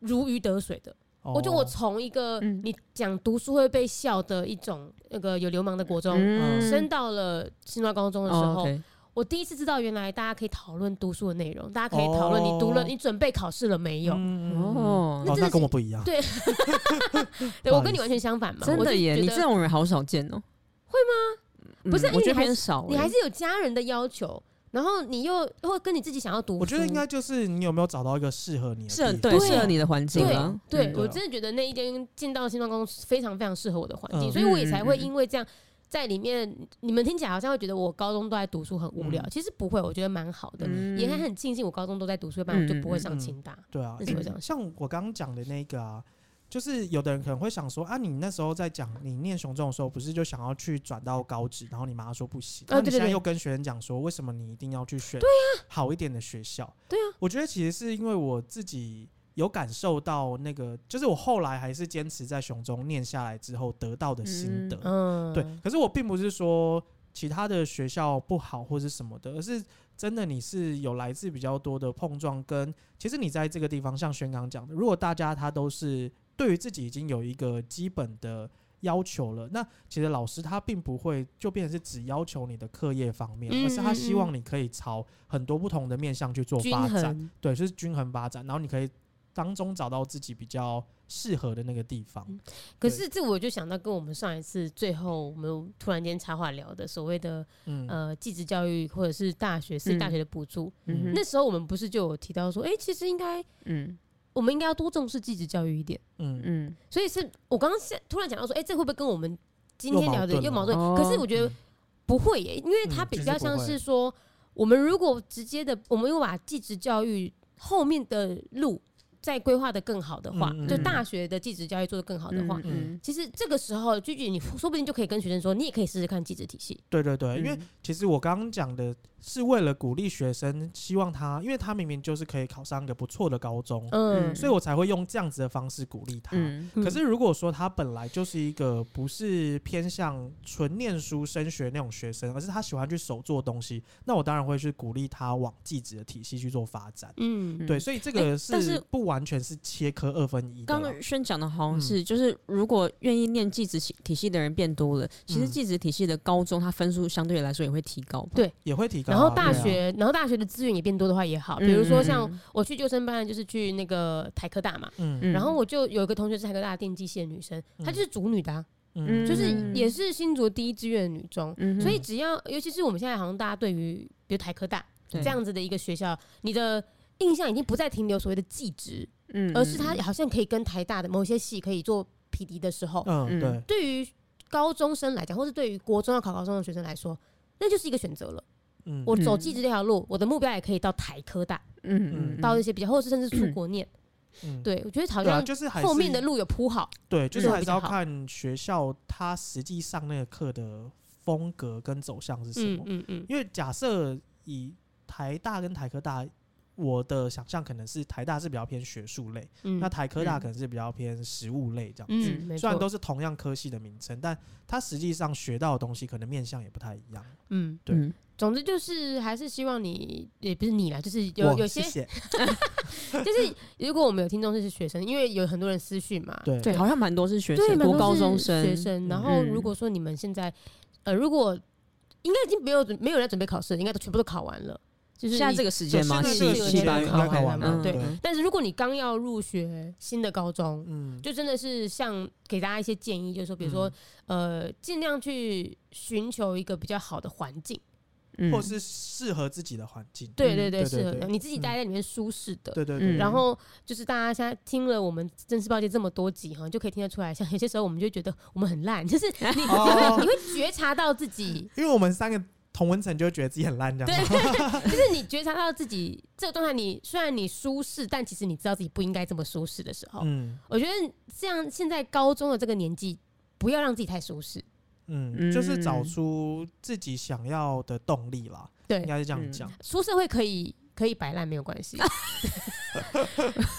B: 如鱼得水的。我觉得我
A: 嗯哦
B: 从一个
C: 嗯
B: 你讲读书会被笑的一种那个有流氓的国中，
C: 嗯
B: 升到了新庄高中的时
C: 哦
B: 候，
C: ，OK，
B: 我第一次知道原来大家可以讨论读书的内容，大家可以讨论你读了，
A: 哦
B: 你准备考试了没有？
A: 嗯哦，
C: 哦，
B: 真的
A: 那跟
B: 是
A: 我不一样。不
B: 对
A: 好
B: 我跟
A: 意
B: 你
A: 思
B: 完全相反嘛，
C: 真
B: 我就
C: 的耶，
B: 觉
C: 你
B: 得
C: 这种人好少见哦。
B: 会
C: 吗
B: 不是因为
C: 我觉
B: 你
C: 得
B: 还
C: 偏少欸，
B: 你还是有家人的要求，然后你又会跟你自己想要读书，
A: 我觉得应该就是你有没有找到一个适合你的地
C: 适合
A: 方，
C: 对
B: 对
C: 适合你的环境啊。
B: 对，
A: 对
B: 我
A: 啊
B: 真的觉得那一间进到新庄公司非常非常适合我的环境，
A: 嗯
B: 所以我也才会
C: 嗯嗯嗯
B: 因为这样在里面。你们听起来好像会觉得我高中都在读书很无聊，
A: 嗯
B: 其实不会，我觉得蛮好的，
C: 嗯
B: 也还很庆幸我高中都在读书，不然我就不会上清大。
A: 对啊
B: 那，怎么
A: 诶
B: 讲
A: 像我刚刚讲的那个啊，就是有的人可能会想说啊，你那时候在讲你念雄中的时候，不是就想要去转到高职，然后你妈说不行，
B: 啊
A: 然后你
B: 对对啊
A: 现在
B: 对
A: 又跟学生讲说，为什么你一定要去选对呀好一点的学校？
B: 对啊，
A: 我觉得其实是因为我自己。有感受到那个，就是我后来还是坚持在雄中念下来之后得到的心得，
B: 嗯，
A: 对，可是我并不是说其他的学校不好或是什么的，而是真的你是有来自比较多的碰撞跟，其实你在这个地方，像轩刚讲的，如果大家他都是对于自己已经有一个基本的要求了，那其实老师他并不会就变成是只要求你的课业方面，
B: 嗯
A: 而是他
B: 嗯
A: 希
B: 嗯
A: 望你可以朝很多不同的面向去做
B: 均
A: 发展，
B: 衡。
A: 对，就是均衡发展，然后你可以当中找到自己比较适合的那个地方。
B: 可是这我就想到跟我们上一次最后我们突然间插话聊的所谓的
A: 嗯，
B: 呃继职教育或者是大学是
C: 嗯
B: 大学的补助，
C: 嗯哼
B: 那时候我们不是就有提到说，哎、其实应该
C: 嗯
B: 我们应该要多重视继职教育一点。
A: 嗯
C: 嗯，
B: 所以是我刚刚是突然讲到说，哎、这会不会跟我们今
A: 又
B: 天
A: 矛
B: 聊的
A: 盾
B: 又
A: 了
B: 矛盾？
C: 哦
B: 可是我觉得
A: 嗯
B: 不会耶，因为
A: 嗯
B: 它
A: 其
B: 比
A: 实
B: 较
A: 不
B: 像
A: 会
B: 是说，我们如果直接的，我们又把技职教育后面的路再规划的更好的话，
A: 嗯嗯
B: 就
C: 嗯
B: 大学的技职教育做的更好的话。
C: 嗯
B: 其实这个时候，句句你说不定就可以跟学生说，你也可以试试看技职体系。
A: 对对对，因为
C: 嗯
A: 其实我刚刚讲的是为了鼓励学生，希望他，因为他明明就是可以考上一个不错的高中，
B: 嗯
C: 嗯，
A: 所以我才会用这样子的方式鼓励他。
C: 嗯
B: 嗯
A: 可是如果说他本来就是一个不是偏向纯念书升学那种学生，而是他喜欢去手做东西，那我当然会去鼓励他往技职的体系去做发展。
B: 嗯，
A: 对，所以这个
C: 但是
A: 是不完全是切割二分一的
C: 刚
A: 啦。
C: 刚轩讲的好
A: 嗯
C: 像是，就是如果愿意念技职系体系的人变多了，其实
A: 嗯
C: 技职体系的高中，它分数相对来说也会提高吧。
A: 也会提高啊、
B: 然后大
A: 对啊
B: 学，然后大学的资源也变多的话也啊好，比如
C: 嗯
B: 说像我去救生班，就是去那个台科大嘛，
A: 嗯
C: 嗯，
B: 然后我就有一个同学是台科大电机系的女生，她就是主女的啊、
A: 嗯，
B: 就是
C: 嗯
B: 也是新竹第一志愿的女中。
C: 嗯哼，
B: 所以只要，尤其是我们现在好像大家对于比如台科大
C: 对
B: 这样子的一个学校，你的印象已经不再停留所谓的技职，
C: 嗯，
B: 而是它好像可以跟台大的某些系可以做匹敌的时候，
A: 嗯
C: 嗯
A: 对，
B: 对于高中生来讲，或是对于国中要考高中的学生来说，那就是一个选择了。
A: 嗯
B: 我走
C: 嗯
B: 技职这条路，我的目标也可以到台科大，
C: 嗯嗯
B: 到一些比较，或是甚至出国念。
A: 嗯
B: 对我觉得好
A: 对啊，
B: 像
A: 就是还
B: 后
A: 是
B: 面的路有铺好。
A: 对，就是
B: 嗯
A: 还
B: 比
A: 是
B: 较
A: 要
B: 好
A: 看学校它实际上那个课的风格跟走向是什
B: 嗯
A: 么。
B: 嗯嗯，
A: 因为假设以台大跟台科大，我的想象可能是台大是比较偏学术类，
B: 嗯
A: 那台科大
C: 嗯
A: 可能是比较偏实务类这样。
B: 嗯，没
A: 虽然
B: 错，
A: 都是同样科系的名称，但它实际上学到的东西可能面向也不太一样。
B: 嗯，
A: 对
C: 嗯
B: 总之就是还是希望你，也不是你啦，就是
A: 我
B: 有有些
A: 谢，谢
B: 就是如果我们有听众是学生，因为有很多人私讯嘛，
A: 对
C: 对，好像蛮多是学
B: 对，
C: 生，
B: 蛮
C: 多
B: 多
C: 高
B: 是
C: 中生，
B: 学生。然后
C: 嗯
B: 如果说你们现在，呃，如果应该已经没有没有人在准备考试了，应该都全部都考完了，就是
C: 现在
B: 你
C: 这个时间嘛，
B: 对
C: 系
B: 现在这个时
C: 系
B: 间
C: 班
B: 应
C: 考
B: 该
A: 考
C: 完
A: 完
B: 嘛
C: 了，
B: 对
A: 对
B: 但是如果你刚要入学新的高中，
A: 嗯，
B: 就真的是像给大家一些建议，就是说，比如说，呃，尽量去寻求一个比较好的环境，
C: 嗯
A: 或是适合自己的环境。
B: 对
C: 嗯
B: 对
A: 对
B: 对，
A: 对
B: 适合
A: 对
B: 你自己
A: 嗯
B: 待在里面舒适的。
A: 对对对，
C: 嗯
B: 然后就是大家现在听了我们《真实报界》这么多集哈，就可以听得出来，像有些时候我们就觉得我们很烂，就是你你会
A: 哦
B: 你会觉察到自己，
A: 因为我们三个同文层就会觉得自己很烂这样
B: 对
A: 吗。，
B: 就是你觉察到自己这个状态，你虽然你舒适，但其实你知道自己不应该这么舒适的时候，
A: 嗯，
B: 我觉得这样现在高中的这个年纪，不要让自己太舒适，
A: 嗯，就是找
C: 嗯
A: 出自己想要的动力啦，应
B: 对，
A: 该是这样
C: 嗯
A: 讲，
B: 出社会可以可以摆烂没有关系，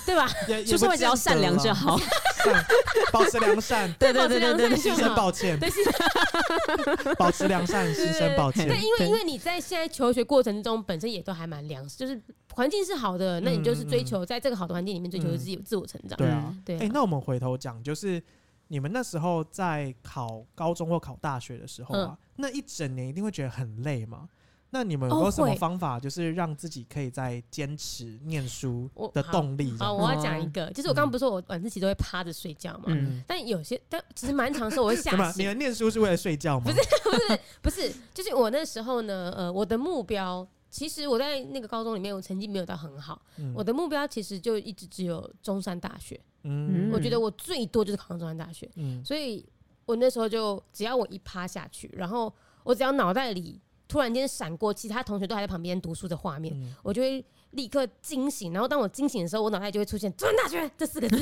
B: 对吧？
A: 也也
C: 出社
A: 不
C: 会只要
A: 见
C: 善
A: 得
C: 良
A: 啦
C: 就好。
A: 善保持良善，
C: 对对
B: 保持
C: 对对
B: 良善
C: 对对，
B: 就
A: 心生
B: 好。
A: 抱歉，
B: 对，是
A: 保持良善，心生抱歉
B: 对，。因为
C: 对
B: 因为你在现在求学过程中，本身也都还蛮良，就是环境是好的，那你就是追求在这个好的环境里面追求
A: 嗯
B: 自己自我成长。
A: 对啊
C: 嗯
B: 对
A: 哎、
B: 啊，
A: 那我们回头讲，就是你们那时候在考高中或考大学的时候啊，那一整年一定会觉得很累嘛？那你们有没有
B: 嗯哦
A: 什么
B: 会
A: 方法，就是让自己可以再坚持念书
B: 我
A: 的
B: 好
A: 动力？
B: 好，我要讲一个，就是我
A: 嗯
B: 刚刚不是说我晚自习都会趴着睡觉嘛，
C: 嗯
B: 但有些但其实蛮长时候 我会
A: 什
B: 吓
A: 么？你
B: 醒，
A: 们念书是为了睡觉吗？
B: 不是不是，就是我那时候呢，呃，我的目标。其实我在那个高中里面，我成绩没有到很好。
A: 嗯，
B: 我的目标其实就一直只有中山大学。
A: 嗯
B: 我觉得我最多就是考上中山大学。
A: 嗯
B: 所以我那时候就只要我一趴下去，然后我只要脑袋里突然间闪过其他同学都还在旁边读书的画面，
A: 嗯
B: 我就会立刻惊醒。然后当我惊醒的时候，我脑袋就会出现“中山大学”这四个字，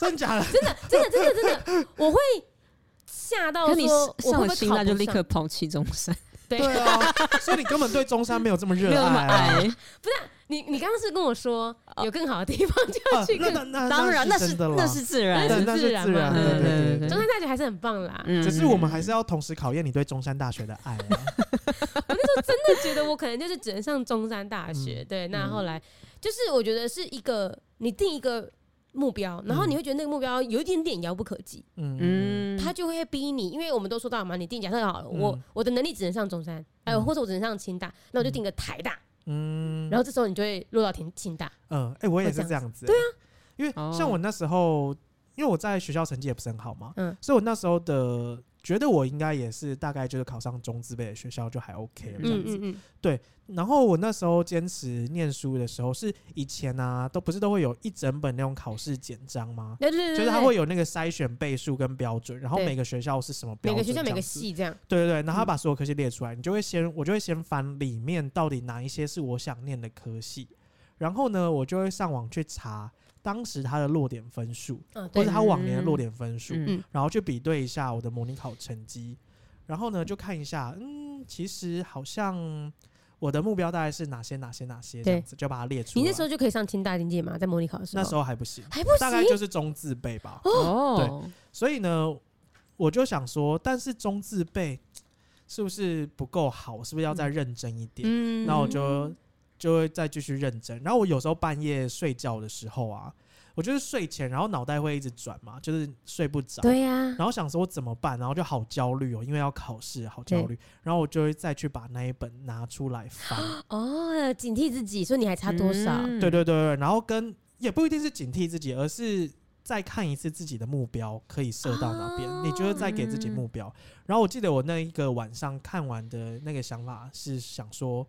A: 真假的？
B: 真的，真的，真的，真的，我会吓到
C: 可你
B: 说，我
C: 上
B: 会
C: 了
B: 不
C: 心
B: 会考
C: 那就
B: 不
C: 立刻
B: 上？
C: 抛弃中山，
B: 对
A: 对啊，所以你根本对中山没有这么热
C: 没有那么
A: 爱啊、
C: 矮。
B: 你你刚刚是跟我说有更好的地方就要
A: 啊
B: 去
A: 那
B: 更，
A: 那那
C: 当然那
A: 是
C: 是
A: 真的啦
C: 那是自然
B: 那
A: 对
B: 是，
A: 那是
B: 自然
A: 自
B: 嘛
A: 然，对
C: 嗯对
A: 对对
C: 对
A: 对。
B: 中山大学还是很棒啦。
C: 嗯
A: 只是我们还是要同时考验你对中山大学的爱、啊。
B: 真的觉得我可能就是只能上中山大学。
A: 嗯
B: 对，那后来、就是我觉得是一个你定一个目标，然后
A: 嗯
B: 你会觉得那个目标有一点点遥不可及，
A: 嗯嗯
C: 嗯，
B: 他就会逼你，因为我们都说到嘛，你定假设好了，
A: 嗯
B: 我我的能力只能上中山，哎、
A: 嗯
B: 或者我只能上清大，那我就定个台大，
A: 嗯
B: 然后这时候你就会落到清清大。
A: 嗯，哎、我也
B: 会
A: 是
B: 这
A: 这样子、对啊，因为
C: 哦
A: 像我那时候，因为我在学校成绩也不是很好嘛，
B: 嗯
A: 所以我那时候的觉得我应该也是大概就是考上中字辈的学校就还 OK 了这
B: 嗯
A: 样子。
B: 嗯嗯，
A: 然后我那时候坚持念书的时候，是以前啊，都不是都会有一整本那种考试简章吗？
B: 对对对，
A: 就是它
B: 对
A: 会有那个筛选倍数跟标准，然后
B: 对
A: 每个学校是什么标准，
B: 每个学校每个，系嗯这样，
A: 对对对，然后他把所有科系列出来，你就会先我就会先翻里面到底哪一些是我想念的科系，然后呢，我就会上网去查当时它的落点分数，
B: 嗯，
A: 或
B: 对
A: 者，他往年的落点分数，
C: 嗯
A: 然后去比对一下我的模拟考成绩，然后呢就看一下，嗯，其实好像我的目标大概是哪些哪些哪些这样子，就把它列出
B: 你
A: 来。
B: 那时候哦就可以上清大经济嘛，在模拟考的时候，
A: 那时候还不行，
B: 还不
A: 大概就
B: 行，
A: 是中字辈吧。
C: 哦，
A: 所以呢，我就想说，但是中字辈是不是不够好？是不是要再认真一点？
B: 嗯
A: 那我就就会再继续认真。然后我有时候半夜睡觉的时候啊，我就是睡前，然后脑袋会一直转嘛，就是睡不着。
B: 对呀，
A: 然后想说我怎么办，然后就好焦虑哦，因为要考试，好焦虑。然后我就会再去把那一本拿出来翻，
B: 哦，警惕自己，说你还差多少？
A: 对对对对，然后跟也不一定是警惕自己，而是再看一次自己的目标可以射到哪边，你就是再给自
B: 啊
A: 己目标。然后我记得我那一个晚上看完的那个想法是想说，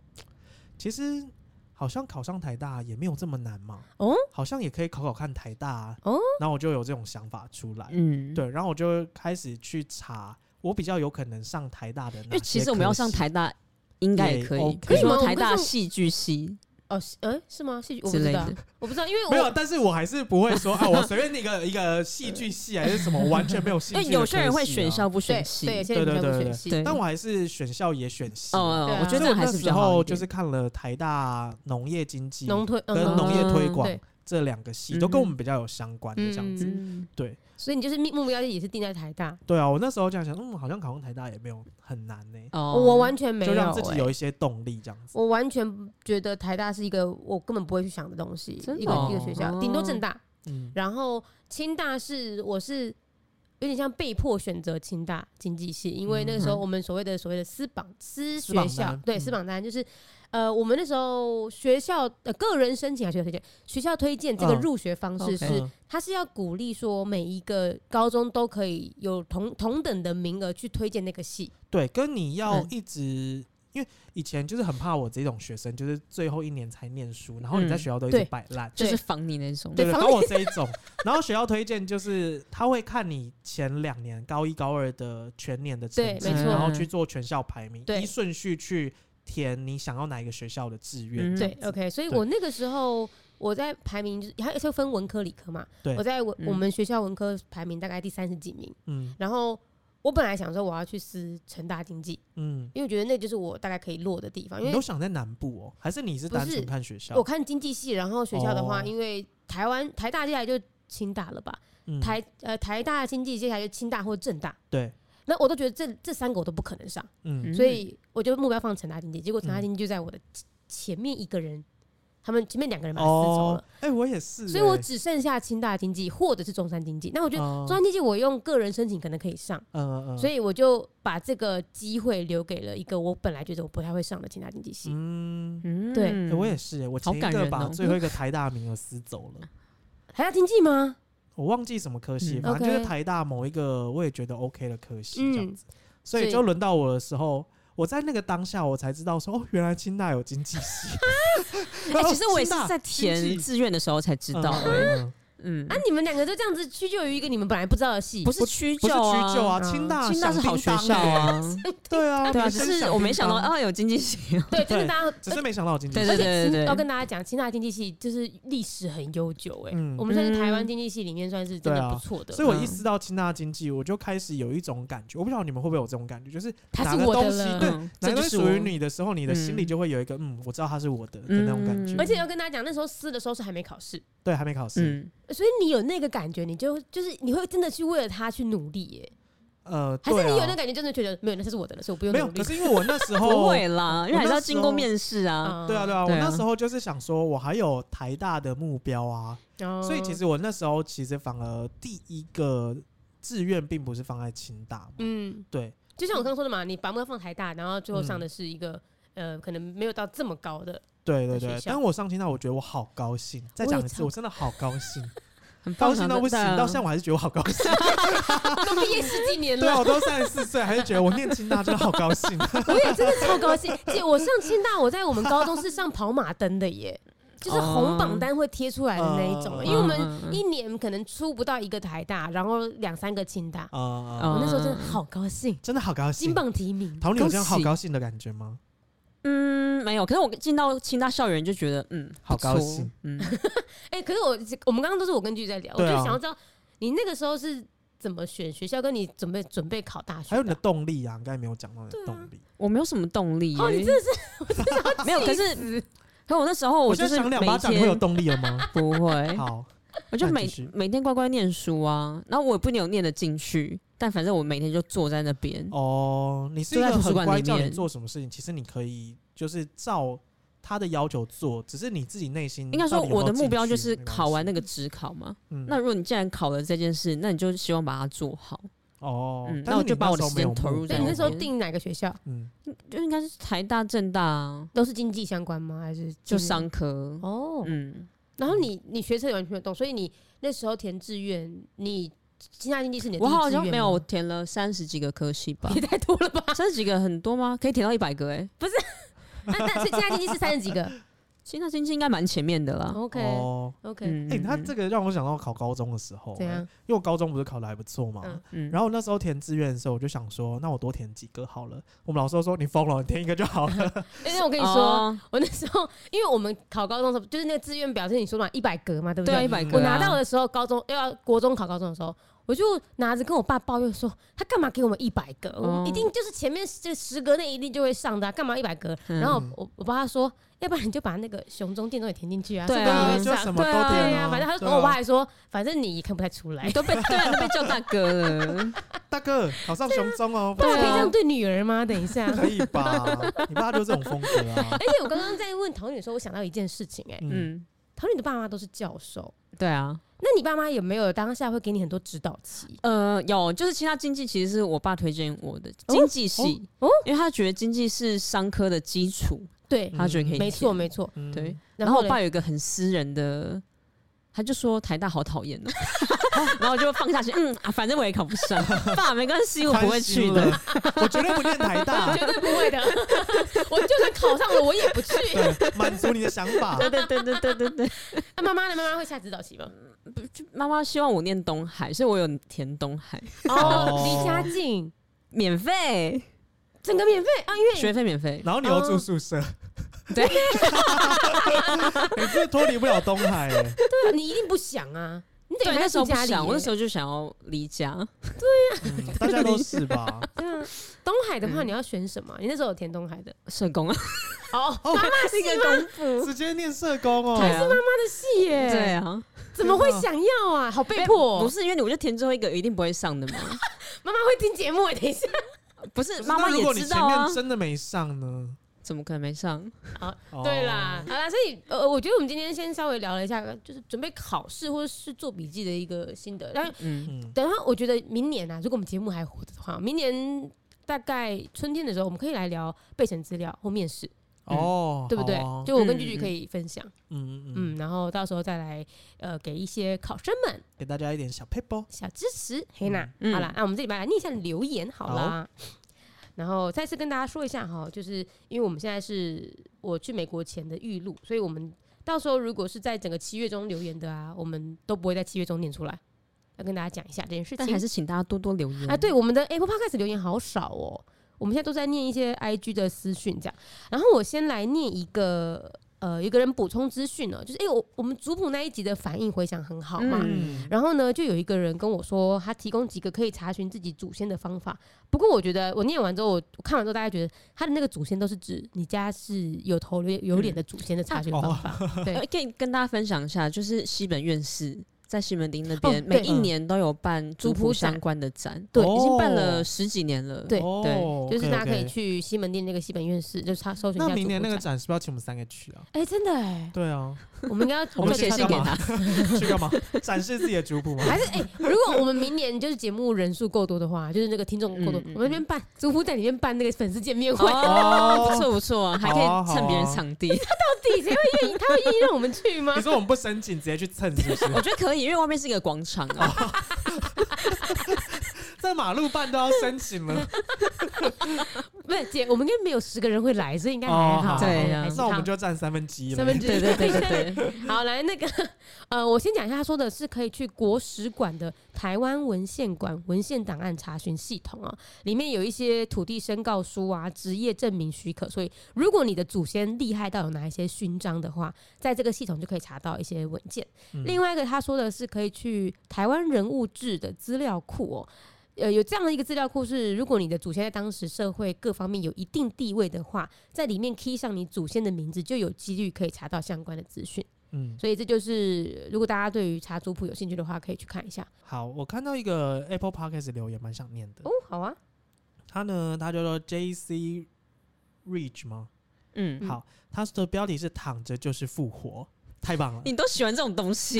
A: 其实好像考上台大也没有这么难嘛，
B: 哦，
A: 好像也可以考考看台大、啊。
B: 哦，
A: 然后我就有这种想法出来，
C: 嗯，
A: 对，然后我就开始去查我比较有可能上台大的，因
C: 因为其实我们要上，台大，应该也可
A: 也
C: 以，
A: OK
C: 比如
B: 为什么
C: 说
B: 我
C: 台大
B: 为什么
C: 戏剧系
B: 哦，是哎、是吗？戏剧我不
C: 之
B: 知
C: 类
B: 道
C: 的，，
B: 我不知道，因为我
A: 没有，但是我还是不会说啊，我随便那个一个戏剧系还是什么，我完全没有兴
C: 因
A: 趣、
C: 为哎有些人会选，校不
B: 对
C: 选系，
B: 对，有些人
A: 对
B: 比较
A: 对
B: 不
A: 对
B: 选
A: 对
B: 系，
C: 对
A: 啊但我还是选校也选系。
C: 哦
A: 哦，
C: 哦
B: 对啊
C: 哦，我觉得
A: 我
C: 那还
A: 那
C: 是比
A: 时
C: 较好
A: 候
C: 一
A: 就
C: 点哦
A: 是看了台大农业经济
B: 农推嗯
A: 跟
B: 嗯
A: 农业推广
B: 对
A: 这两个系，
C: 嗯
A: 都跟我们比较有相关的这样子。
C: 嗯
A: 对
B: 所以你就是目目标也是定在台大，
A: 对啊，我那时候这样想，嗯，好像考上台大也没有很难呢、
C: 哦，欸
B: 我完全没
A: 就
B: 有、
A: 让自己
B: 哎
A: 有一些动力这样子。
B: 我完全觉得台大是一个我根本不会去想的东西，
C: 真的
B: 一个
C: 哦
B: 一个学校，顶多正大，
A: 嗯，
B: 然后清大是我是有点像被迫选择清大经济系，因为那个时候
C: 嗯
B: 我们所谓的所谓的私榜私
A: 私
B: 学
A: 榜
B: 校
A: 单，
B: 对
A: 嗯
B: 私榜单就是呃，我们那时候学校呃个人申请还是学校推荐，学校推荐这个
A: 嗯
B: 入学方式
C: 哦 OK
B: 是
A: 嗯
B: 他是要鼓励说每一个高中都可以有同同等的名额去推荐那个系，
A: 对，跟你要
C: 嗯
A: 一直，因为以前就是很怕我这种学生，就是最后一年才念书，然后你在
C: 嗯
A: 学校都一
B: 对
A: 直摆烂，
C: 就是防你那种，
B: 对
A: 对，
B: 防
A: 搞我这一 种。然后学校推荐就是他会看你前两年高一高二的全年的成
B: 对
A: 绩，
C: 没错
A: 然后去做全校排名，
B: 对
A: 依顺序去填你想要哪一个学校的志愿
C: 嗯
A: 这样
B: 对
A: 子。
B: ，OK，所以我那个时候我在排名就是还是分文科理科嘛
A: 对，
B: 我在我
C: 嗯
B: 我们学校文科排名大概第三十几名，
A: 嗯
B: 然后我本来想说我要去撕成大经济，
A: 嗯，
B: 因为我觉得那就是我大概可以落的地啊方。因
A: 你都
B: 为
A: 想在南部哦，还是你是
B: 不是
A: 单纯看学校
B: 我？看经济系，然后学校的话，
A: 哦
B: 因为台湾台大接下来就清大了吧，
A: 嗯
B: 台呃台大经济接下来就清大或正大，
A: 对，
B: 那我都觉得这这三个我都不可能上，
A: 嗯
C: 嗯
B: 所以我就目标放成大经济，结果成大经济就在我的前前面一个人，他们前面两个人把它撕走
A: 哦
B: 了。，
A: 哎，我也是欸，
B: 所以我只剩下清大经济或者是中山经济。那我觉得
A: 哦
B: 中山经济我用个人申请可能可以上，
A: 嗯嗯，
B: 所
A: 以
B: 以我就把这个机会留给了一个我本来觉得我不太会上的清大经济系。
A: 嗯，
C: 嗯
B: 对
A: 哎我也是欸，我
C: 好
A: 前一
C: 感
A: 个
C: 人
A: 把
C: 哦
A: 最后一个台大名额撕走了。
B: 台大经济吗？
A: 我忘记什么科系，
C: 嗯
A: 反正就是
B: OK
A: 台大某一个我也觉得 OK 的科系这样
B: 嗯
A: 子，，所以
B: 所以
A: 就轮到我的时候，我在那个当下我才知道说，哦，原来清大有经济系。
C: 哎、其实我也是
A: 哦清大
C: 在
A: 经
C: 填
A: 济
C: 志愿的时候才知道、
A: 嗯
C: 哎
A: 嗯嗯
C: 嗯，
B: 啊，你们两个就这样子屈就于一个你们本来不知道的系，
C: 不是屈
A: 不
C: 就是
A: 屈就
C: 啊，
A: 啊，清大
C: 清大是好学
A: 响叮
C: 校
A: 当欸，
C: 啊，
A: 对啊，
C: 对啊，
A: 没
C: 只
A: 想
C: 是我没想到
A: 叮当，
C: 啊有经济系，
B: 对，真
A: 对
B: 的大家
A: 只是没想到有经济
C: 对
A: 系
B: 而
C: 对，
B: 且清
C: 对
B: 要跟大家讲，清大经济系就是历史很悠久哎、
A: 嗯
B: 我们算是台湾
C: 嗯
B: 经济系里面算是
A: 对
B: 真的
A: 啊
B: 不错的，
A: 所以我一
C: 嗯
A: 思到清大经济，我就开始有一种感觉，我不知道你们会不会有这种感觉，就是
B: 它
A: 哪
B: 是
A: 个
B: 我的
A: 东西
B: 了
A: 对，
C: 嗯
A: 哪
C: 这
A: 个
C: 就
A: 东西
C: 是
A: 属于
C: 我
A: 你的时候，你的心里
C: 嗯
A: 就会有一个嗯，我知道它是我的的那种感觉
C: 嗯。
B: 而且要跟大家讲，那时候撕的时候是还没考试，
A: 对，还没考试，
C: 嗯，
B: 所以你有那个感觉，你就就是你会真的去为了他去努力耶、
A: 呃，
B: 还是
A: 对
B: 你有那
A: 啊
B: 个感觉，真的觉得没有，那是我的了，所以我不用
A: 没有？
B: 努力啊
A: 可。是因为我那 时候
C: 不会啦，因为还是
A: 我那
C: 要
A: 时
C: 经过
A: 候
C: 面试啊，
B: 嗯
A: 对啊，对啊，我
C: 对
A: 那
C: 啊
A: 时候就是想说，我还有台大的目标啊，
B: 哦
A: 所以其实我那时候其实反而第一个志愿并不是放在清大嘛，
B: 嗯，
A: 对，
B: 就像我刚刚说的嘛，你把目标放台大，然后最后上的是一个、
A: 嗯
B: 呃，可能没有到这么高 的，
A: 对对
B: 在
A: 对
B: 学。校
A: 但我上清大，我觉得我好高兴，再
B: 我也
A: 讲一次，
B: 超
A: 我真的好高 兴，
C: 很棒
A: 高
C: 啊
A: 兴到不行
C: 对，啊
A: 到现在我还是觉得我好高兴，
B: 都毕业十几 年
A: 对啊，
B: 了，
A: 我都三十四岁，还是觉得我念清大真的好高兴，
B: 我也真的超高兴。姐，我上清大，我在我们高中是上跑马灯的耶，就是红榜单会贴出来的那一种，
A: 哦
B: 因为我们
C: 嗯嗯嗯
B: 一年可能出不到一个台大，然后两三个清大，
A: 啊啊，啊
C: 哦
B: 我那时候真的好高兴，
A: 真的好高
B: 金
A: 兴。
B: 榜题名。
A: 桃女有这样
C: 恭喜
A: 好高兴的感觉吗？
C: 嗯，没有。可是我进到清大校园就觉得，嗯，
A: 好
C: 不错
A: 高兴，
C: 嗯，
B: 哎、可是我我们刚刚都是我跟剧在聊，我
A: 对
B: 就
A: 啊
B: 想要知道你那个时候是怎么选学校，跟你准备准备考大学
A: 还有你
B: 的
A: 的
B: 啊。
A: 动力啊，你刚才没有讲到你的动力。
C: 我没有什么动力耶、
B: 哦，你真的是
C: 没有。可是，可我那时候我
A: 现
C: 就
A: 在
C: 是
A: 想两
C: 每
A: 巴掌，你会有
C: 天
A: 动力了吗？
C: 不 会，
A: 好，
C: 我就
A: 那
C: 每
A: 继续
C: 每天乖乖念书啊。然后我也不能念得进去，但反正我每天就坐在那边。
A: 哦，你是一
C: 就在
A: 个
C: 图书
A: 很
C: 馆
A: 乖，
C: 里
A: 叫你
C: 面
A: 做什么事情，其实你可以就是照他的要求做，只是你自己内心
C: 应该
A: 嗯
C: 说，
A: 到底有没
C: 我
A: 有
C: 的目标
A: 进
C: 就
A: 去
C: 是考完那，
A: 没
C: 个职考嘛。
A: 关系嗯
C: 那如果你既然考了这件事，那你就希望把它做好。
A: 哦
C: 嗯，
A: 但
C: 那
A: 是
C: 我
A: 你
C: 就把我
A: 时
C: 的
A: 候
C: 时
A: 没
C: 间
A: 有
C: 投
A: 目
C: 入
B: 对
C: 在
A: 标
B: 你那时候
C: 对
B: 定哪个学校？
A: 嗯，
C: 就应该是台大、政大啊，
B: 都是经济相关吗？还是
C: 就
B: 商？
C: 商科。
B: 哦？
C: 嗯，
B: 然后你你学车也完全没有动，所以你那时候填志愿，你清大经济是你的
C: 我
B: 第一
C: 好
B: 志愿
C: 像
B: 吗，
A: 啊
C: 没有，我填了三十几个科 系吧
B: 也太多了吧？
C: 三十几个很多吗？可以填到一百个哎、
B: 那那所以清大经济是三十几 个
C: 清大经济应该蛮前面的啦。
B: ？OK
A: 哦，
B: OK，
C: 嗯，
A: 哎，他
C: 嗯
A: 这个让我想到考高中的时
C: 哦
A: 候，
B: 怎
A: 哎
B: 样
A: 因？为我高中不是考的还不错嘛
B: 嗯。
C: 嗯
A: 然后我那时候填志愿的时候，我就想说，那我多填几个好了。我们老师都说你疯了，你填一个就好了。
B: 因哎为我跟你说，
C: 哦
B: 我那时候因为我们考高中的时候，就是那个志愿表是你说嘛一百格嘛，对不
C: 对啊，一百
A: 嗯
C: 个
B: 我
C: 啊
B: 拿到的时候，高中要国中考高中的时候，我就拿着跟我爸抱怨说，他干嘛给我们一百个？我
C: 哦
B: 们一定就是前面这十格那一定就会上的啊、干嘛一百格？
C: 嗯
B: 然后我我我爸他说，要不然你就把那个熊中电动也填进去啊，
C: 对
B: 说不定
C: 啊
B: 也会
A: 就
B: 上
A: 什么都
C: 对
A: 填
C: 啊
B: 对啊，
A: 啊
B: 反正他就
A: 对
B: 跟我爸
A: 啊
B: 还说，反正你也看不太出来
C: 你。都被 对啊，你都被叫大哥了。
A: 大哥考上雄中哦，不，
B: 爸可以
C: 对啊
B: 这样对女儿吗？等一下
A: 可以吧？你爸就这种风格啊。
B: 而且我刚刚在问桃女的时候，我想到一件事情、哎，
A: 嗯，
C: 嗯，
B: 桃女的爸妈都是教授，
C: 对啊，
B: 那你爸妈有没有当下会给你很多指导期？
C: 呃，有就是其他经济其实是我爸推荐我的经济系，
B: 哦哦
C: 因为他觉得经济是商科的基础，
B: 对，
C: 他觉得可以。
B: 嗯没错，没错。
A: 嗯
C: 对。
B: 然
C: 然
B: 后
C: 后
B: 嘞
C: 我爸有一个很私人的，他就说台大好讨厌 哦，然后我就放下去，嗯啊，反正我也考不上，爸没关系，我不会去的。
A: 的，我绝对不念台大，
B: 绝对不会的。我就算考上了，我也不去。
A: 对，满足你的想法。
C: 对对对对对对对，
B: 那妈妈呢？妈妈会下指导棋吗？
C: 妈妈希望我念东海，所以我有填东海，
B: 哦，离家近，
C: 免费，
B: 整个免费啊！因为
C: 学费免费。
A: 然后你又住宿舍，
C: 哦 对，
A: 你是脱离不了东海欸，
B: 对啊，你一定不想啊。你得
C: 对，那时候不
B: 家里耶，
C: 想，我那时候就想要离家。
A: 嗯大家都是吧？
B: 对啊。东海的话，
C: 嗯
B: 你要选什么？你那时候有填东海的
C: 社工啊，
B: 哦，
A: 哦
B: 妈妈系
C: 那
B: 吗？
C: 个功夫，
A: 直接念社工哦、
C: 对啊，
B: 妈的系耶，
C: 嗯对，啊，
B: 怎么会想要啊？好被迫
C: 不
B: 哦，
C: 是因为你我就填最后一个一定不会上的嘛，
B: 妈妈会听节目，欸等一下
C: 不是
A: 不是
C: 妈妈
A: 那如
C: 也
A: 果你
C: 知
A: 前
C: 道啊
A: 面，真的没上呢？
C: 怎么可能没上？
A: 哦
B: 对啦，，好啦，所以呃，我觉得我们今天先稍微聊了一下，就是准备考试或者是做笔记的一个心得。但
C: 嗯，
A: 嗯，
B: 等下，我觉得明年啊，如果我们节目还活着的话，明年大概春天的时候，我们可以来聊备审资料或面试，
A: 哦，
B: 嗯对不对
A: 好啊？
B: 就我跟
C: 嗯
B: 句句可以分享，
A: 嗯嗯
B: 嗯，
A: 嗯，
B: 然后到时候再来呃给一些考生们
A: 给大家一点小 paper。
B: 小支持。黑娜，
C: 嗯
B: 好啦，那我们这礼拜来念一下留言好啦。然后再次跟大家说一下哈，就是因为我们现在是我去美国前的预录，所以我们到时候如果是在整个七月中留言的啊，我们都不会在七月中念出来，要跟大家讲一下这件事
C: 但
B: 情
C: 还。是请大家多多留
A: 嗯
C: 言
B: 啊，对，我们的 Apple Podcast 留言好少哦，我们现在都在念一些 IG 的私讯这样。然后我先来念一个呃，一个人补充资讯哦，就是哎、我我们族谱那一集的反应回响很好嘛，
A: 嗯，
B: 然后呢，就有一个人跟我说，他提供几个可以查询自己祖先的方法。不过我觉得我念完之后，我我看完之后，大家觉得他的那个祖先都是指你家是有头有有脸的祖先的查询方法。
A: 嗯 哦
B: 对
C: 呃，可以跟大家分享一下，就是西本院士在西门町那
B: 哦
C: 边，
B: 对
C: 每一年都有办族
B: 族谱
C: 谱
B: 展
C: 相关的展，
B: 对
C: 已经办
A: 哦
C: 了十几年了。
B: 对
A: 哦
B: 就是大家可以。
A: OK，OK
B: 去西门店那个西本院士，就是他搜寻一
A: 那
B: 下
A: 明年
B: 祖
A: 那
B: 父
A: 个
B: 展。
A: 展是不是要请我们三个去啊？
B: 哎、真的哎、
A: 对啊，
B: 我们 应该要
C: 我
A: 们
C: 们
A: 去
C: 写
A: 看
C: 信给
A: 干嘛
C: 他，
A: 去干嘛？展示自己的族谱吗？
B: 还是哎、如果我们明年就是节目人数够多的话，就是那个听众够多，
C: 嗯嗯
B: 我们那边办族谱在里面办那个粉丝见面会，
C: 哦，
A: 哦
C: 不错不错，还可以蹭别人场地，
B: 到底谁会愿意？他会愿意让我们去吗
A: 你？说我们不申请，直接去蹭，是不是？
C: 我觉得可以，因为外面是一个广场啊，
A: 在马路办都要申请了，
B: 不是姐，我们应该没有十个人会来， 所以应该
A: 哦
B: 还好。
A: 好
C: 对啊
B: 还是
A: 那我
B: 好
A: 们就占三分之一
B: 三
A: 了。
B: 分之
C: 对
B: 一。
C: 对对对对，
B: 好，来那个呃，我先讲一下，他说的是可以去国史馆的台湾文献馆文献档案查询系统啊，里面有一些土地申告书啊、职业证明许可，所以如果你的祖先厉害到有拿一些勋章的话，在这个系统就可以查到一些文件。
A: 嗯
B: 另外一个他说的是可以去台湾人物志的资料库哦。呃，有这样的一个资料库是，如果你的祖先在当时社会各方面有一定地位的话，在里面 key 上你祖先的名字，就有几率可以查到相关的资讯。
A: 嗯，
B: 所以这就是如果大家对于查族谱有兴趣的话，可以去看一下。
A: 好，我看到一个 Apple Podcast 留言，蛮想念的
B: 哦。，好啊，
A: 他呢，他叫做 J C Reach 吗？
C: 嗯，
A: 好，他的标题是“躺着就是复活”，太棒了！
C: 你都喜欢这种东西，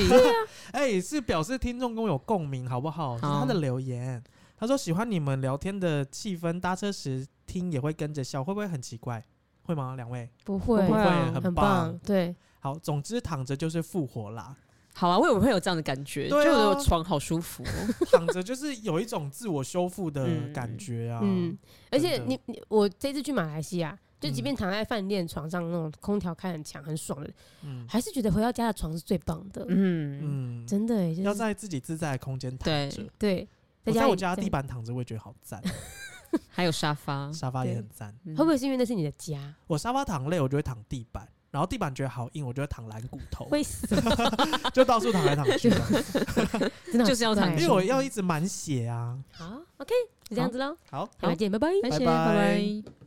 A: 哎、是表示听众跟我有共鸣，好不好？这是他的留言，他说喜欢你们聊天的气氛，搭车时听也会跟着笑，会不会很奇怪？会吗？两位？
B: 不会，
C: 不会啊
A: 很
B: 嗯很
A: 棒
B: 对，
A: 好，总之躺着就是复活啦，
C: 好啊，我以为会有这样的感觉，就
A: 对啊
C: 我的床好舒服哦，
A: 躺着就是有一种自我修复的
C: 嗯
A: 感觉啊。
B: 嗯，而且
A: 真的
B: 你你我这次去马来西亚，就即
A: 嗯
B: 便躺在饭店床上那种空调开很强很爽的，
A: 嗯
B: 还是觉得回到家的床是最棒的，
C: 嗯，
A: 嗯，
B: 真的欸，就
A: 要
B: 是
A: 在自己自在的空间躺
C: 对
A: 着。
B: 对，
A: 我
B: 家
A: 在
B: 里
A: 我家
B: 这
A: 地
B: 样
A: 板躺着，我也觉得好赞，啊
C: 还有沙发，
A: 沙发也
B: 对
A: 很赞。
C: 嗯
B: 会不会是因为那是你的家？
A: 我沙发躺累，我就会躺地板，然后地板觉得好硬，我就会躺蓝骨头，
B: 为什 么？
A: 就到处躺来躺去啊这样。
B: 真的好
C: 就是要躺
B: 帅
A: 因为我要一直满血啊。
B: 好，OK，就这样子喽，
A: 好，
B: 下回见，拜拜。
C: 谢谢，
A: 拜拜
C: 拜拜。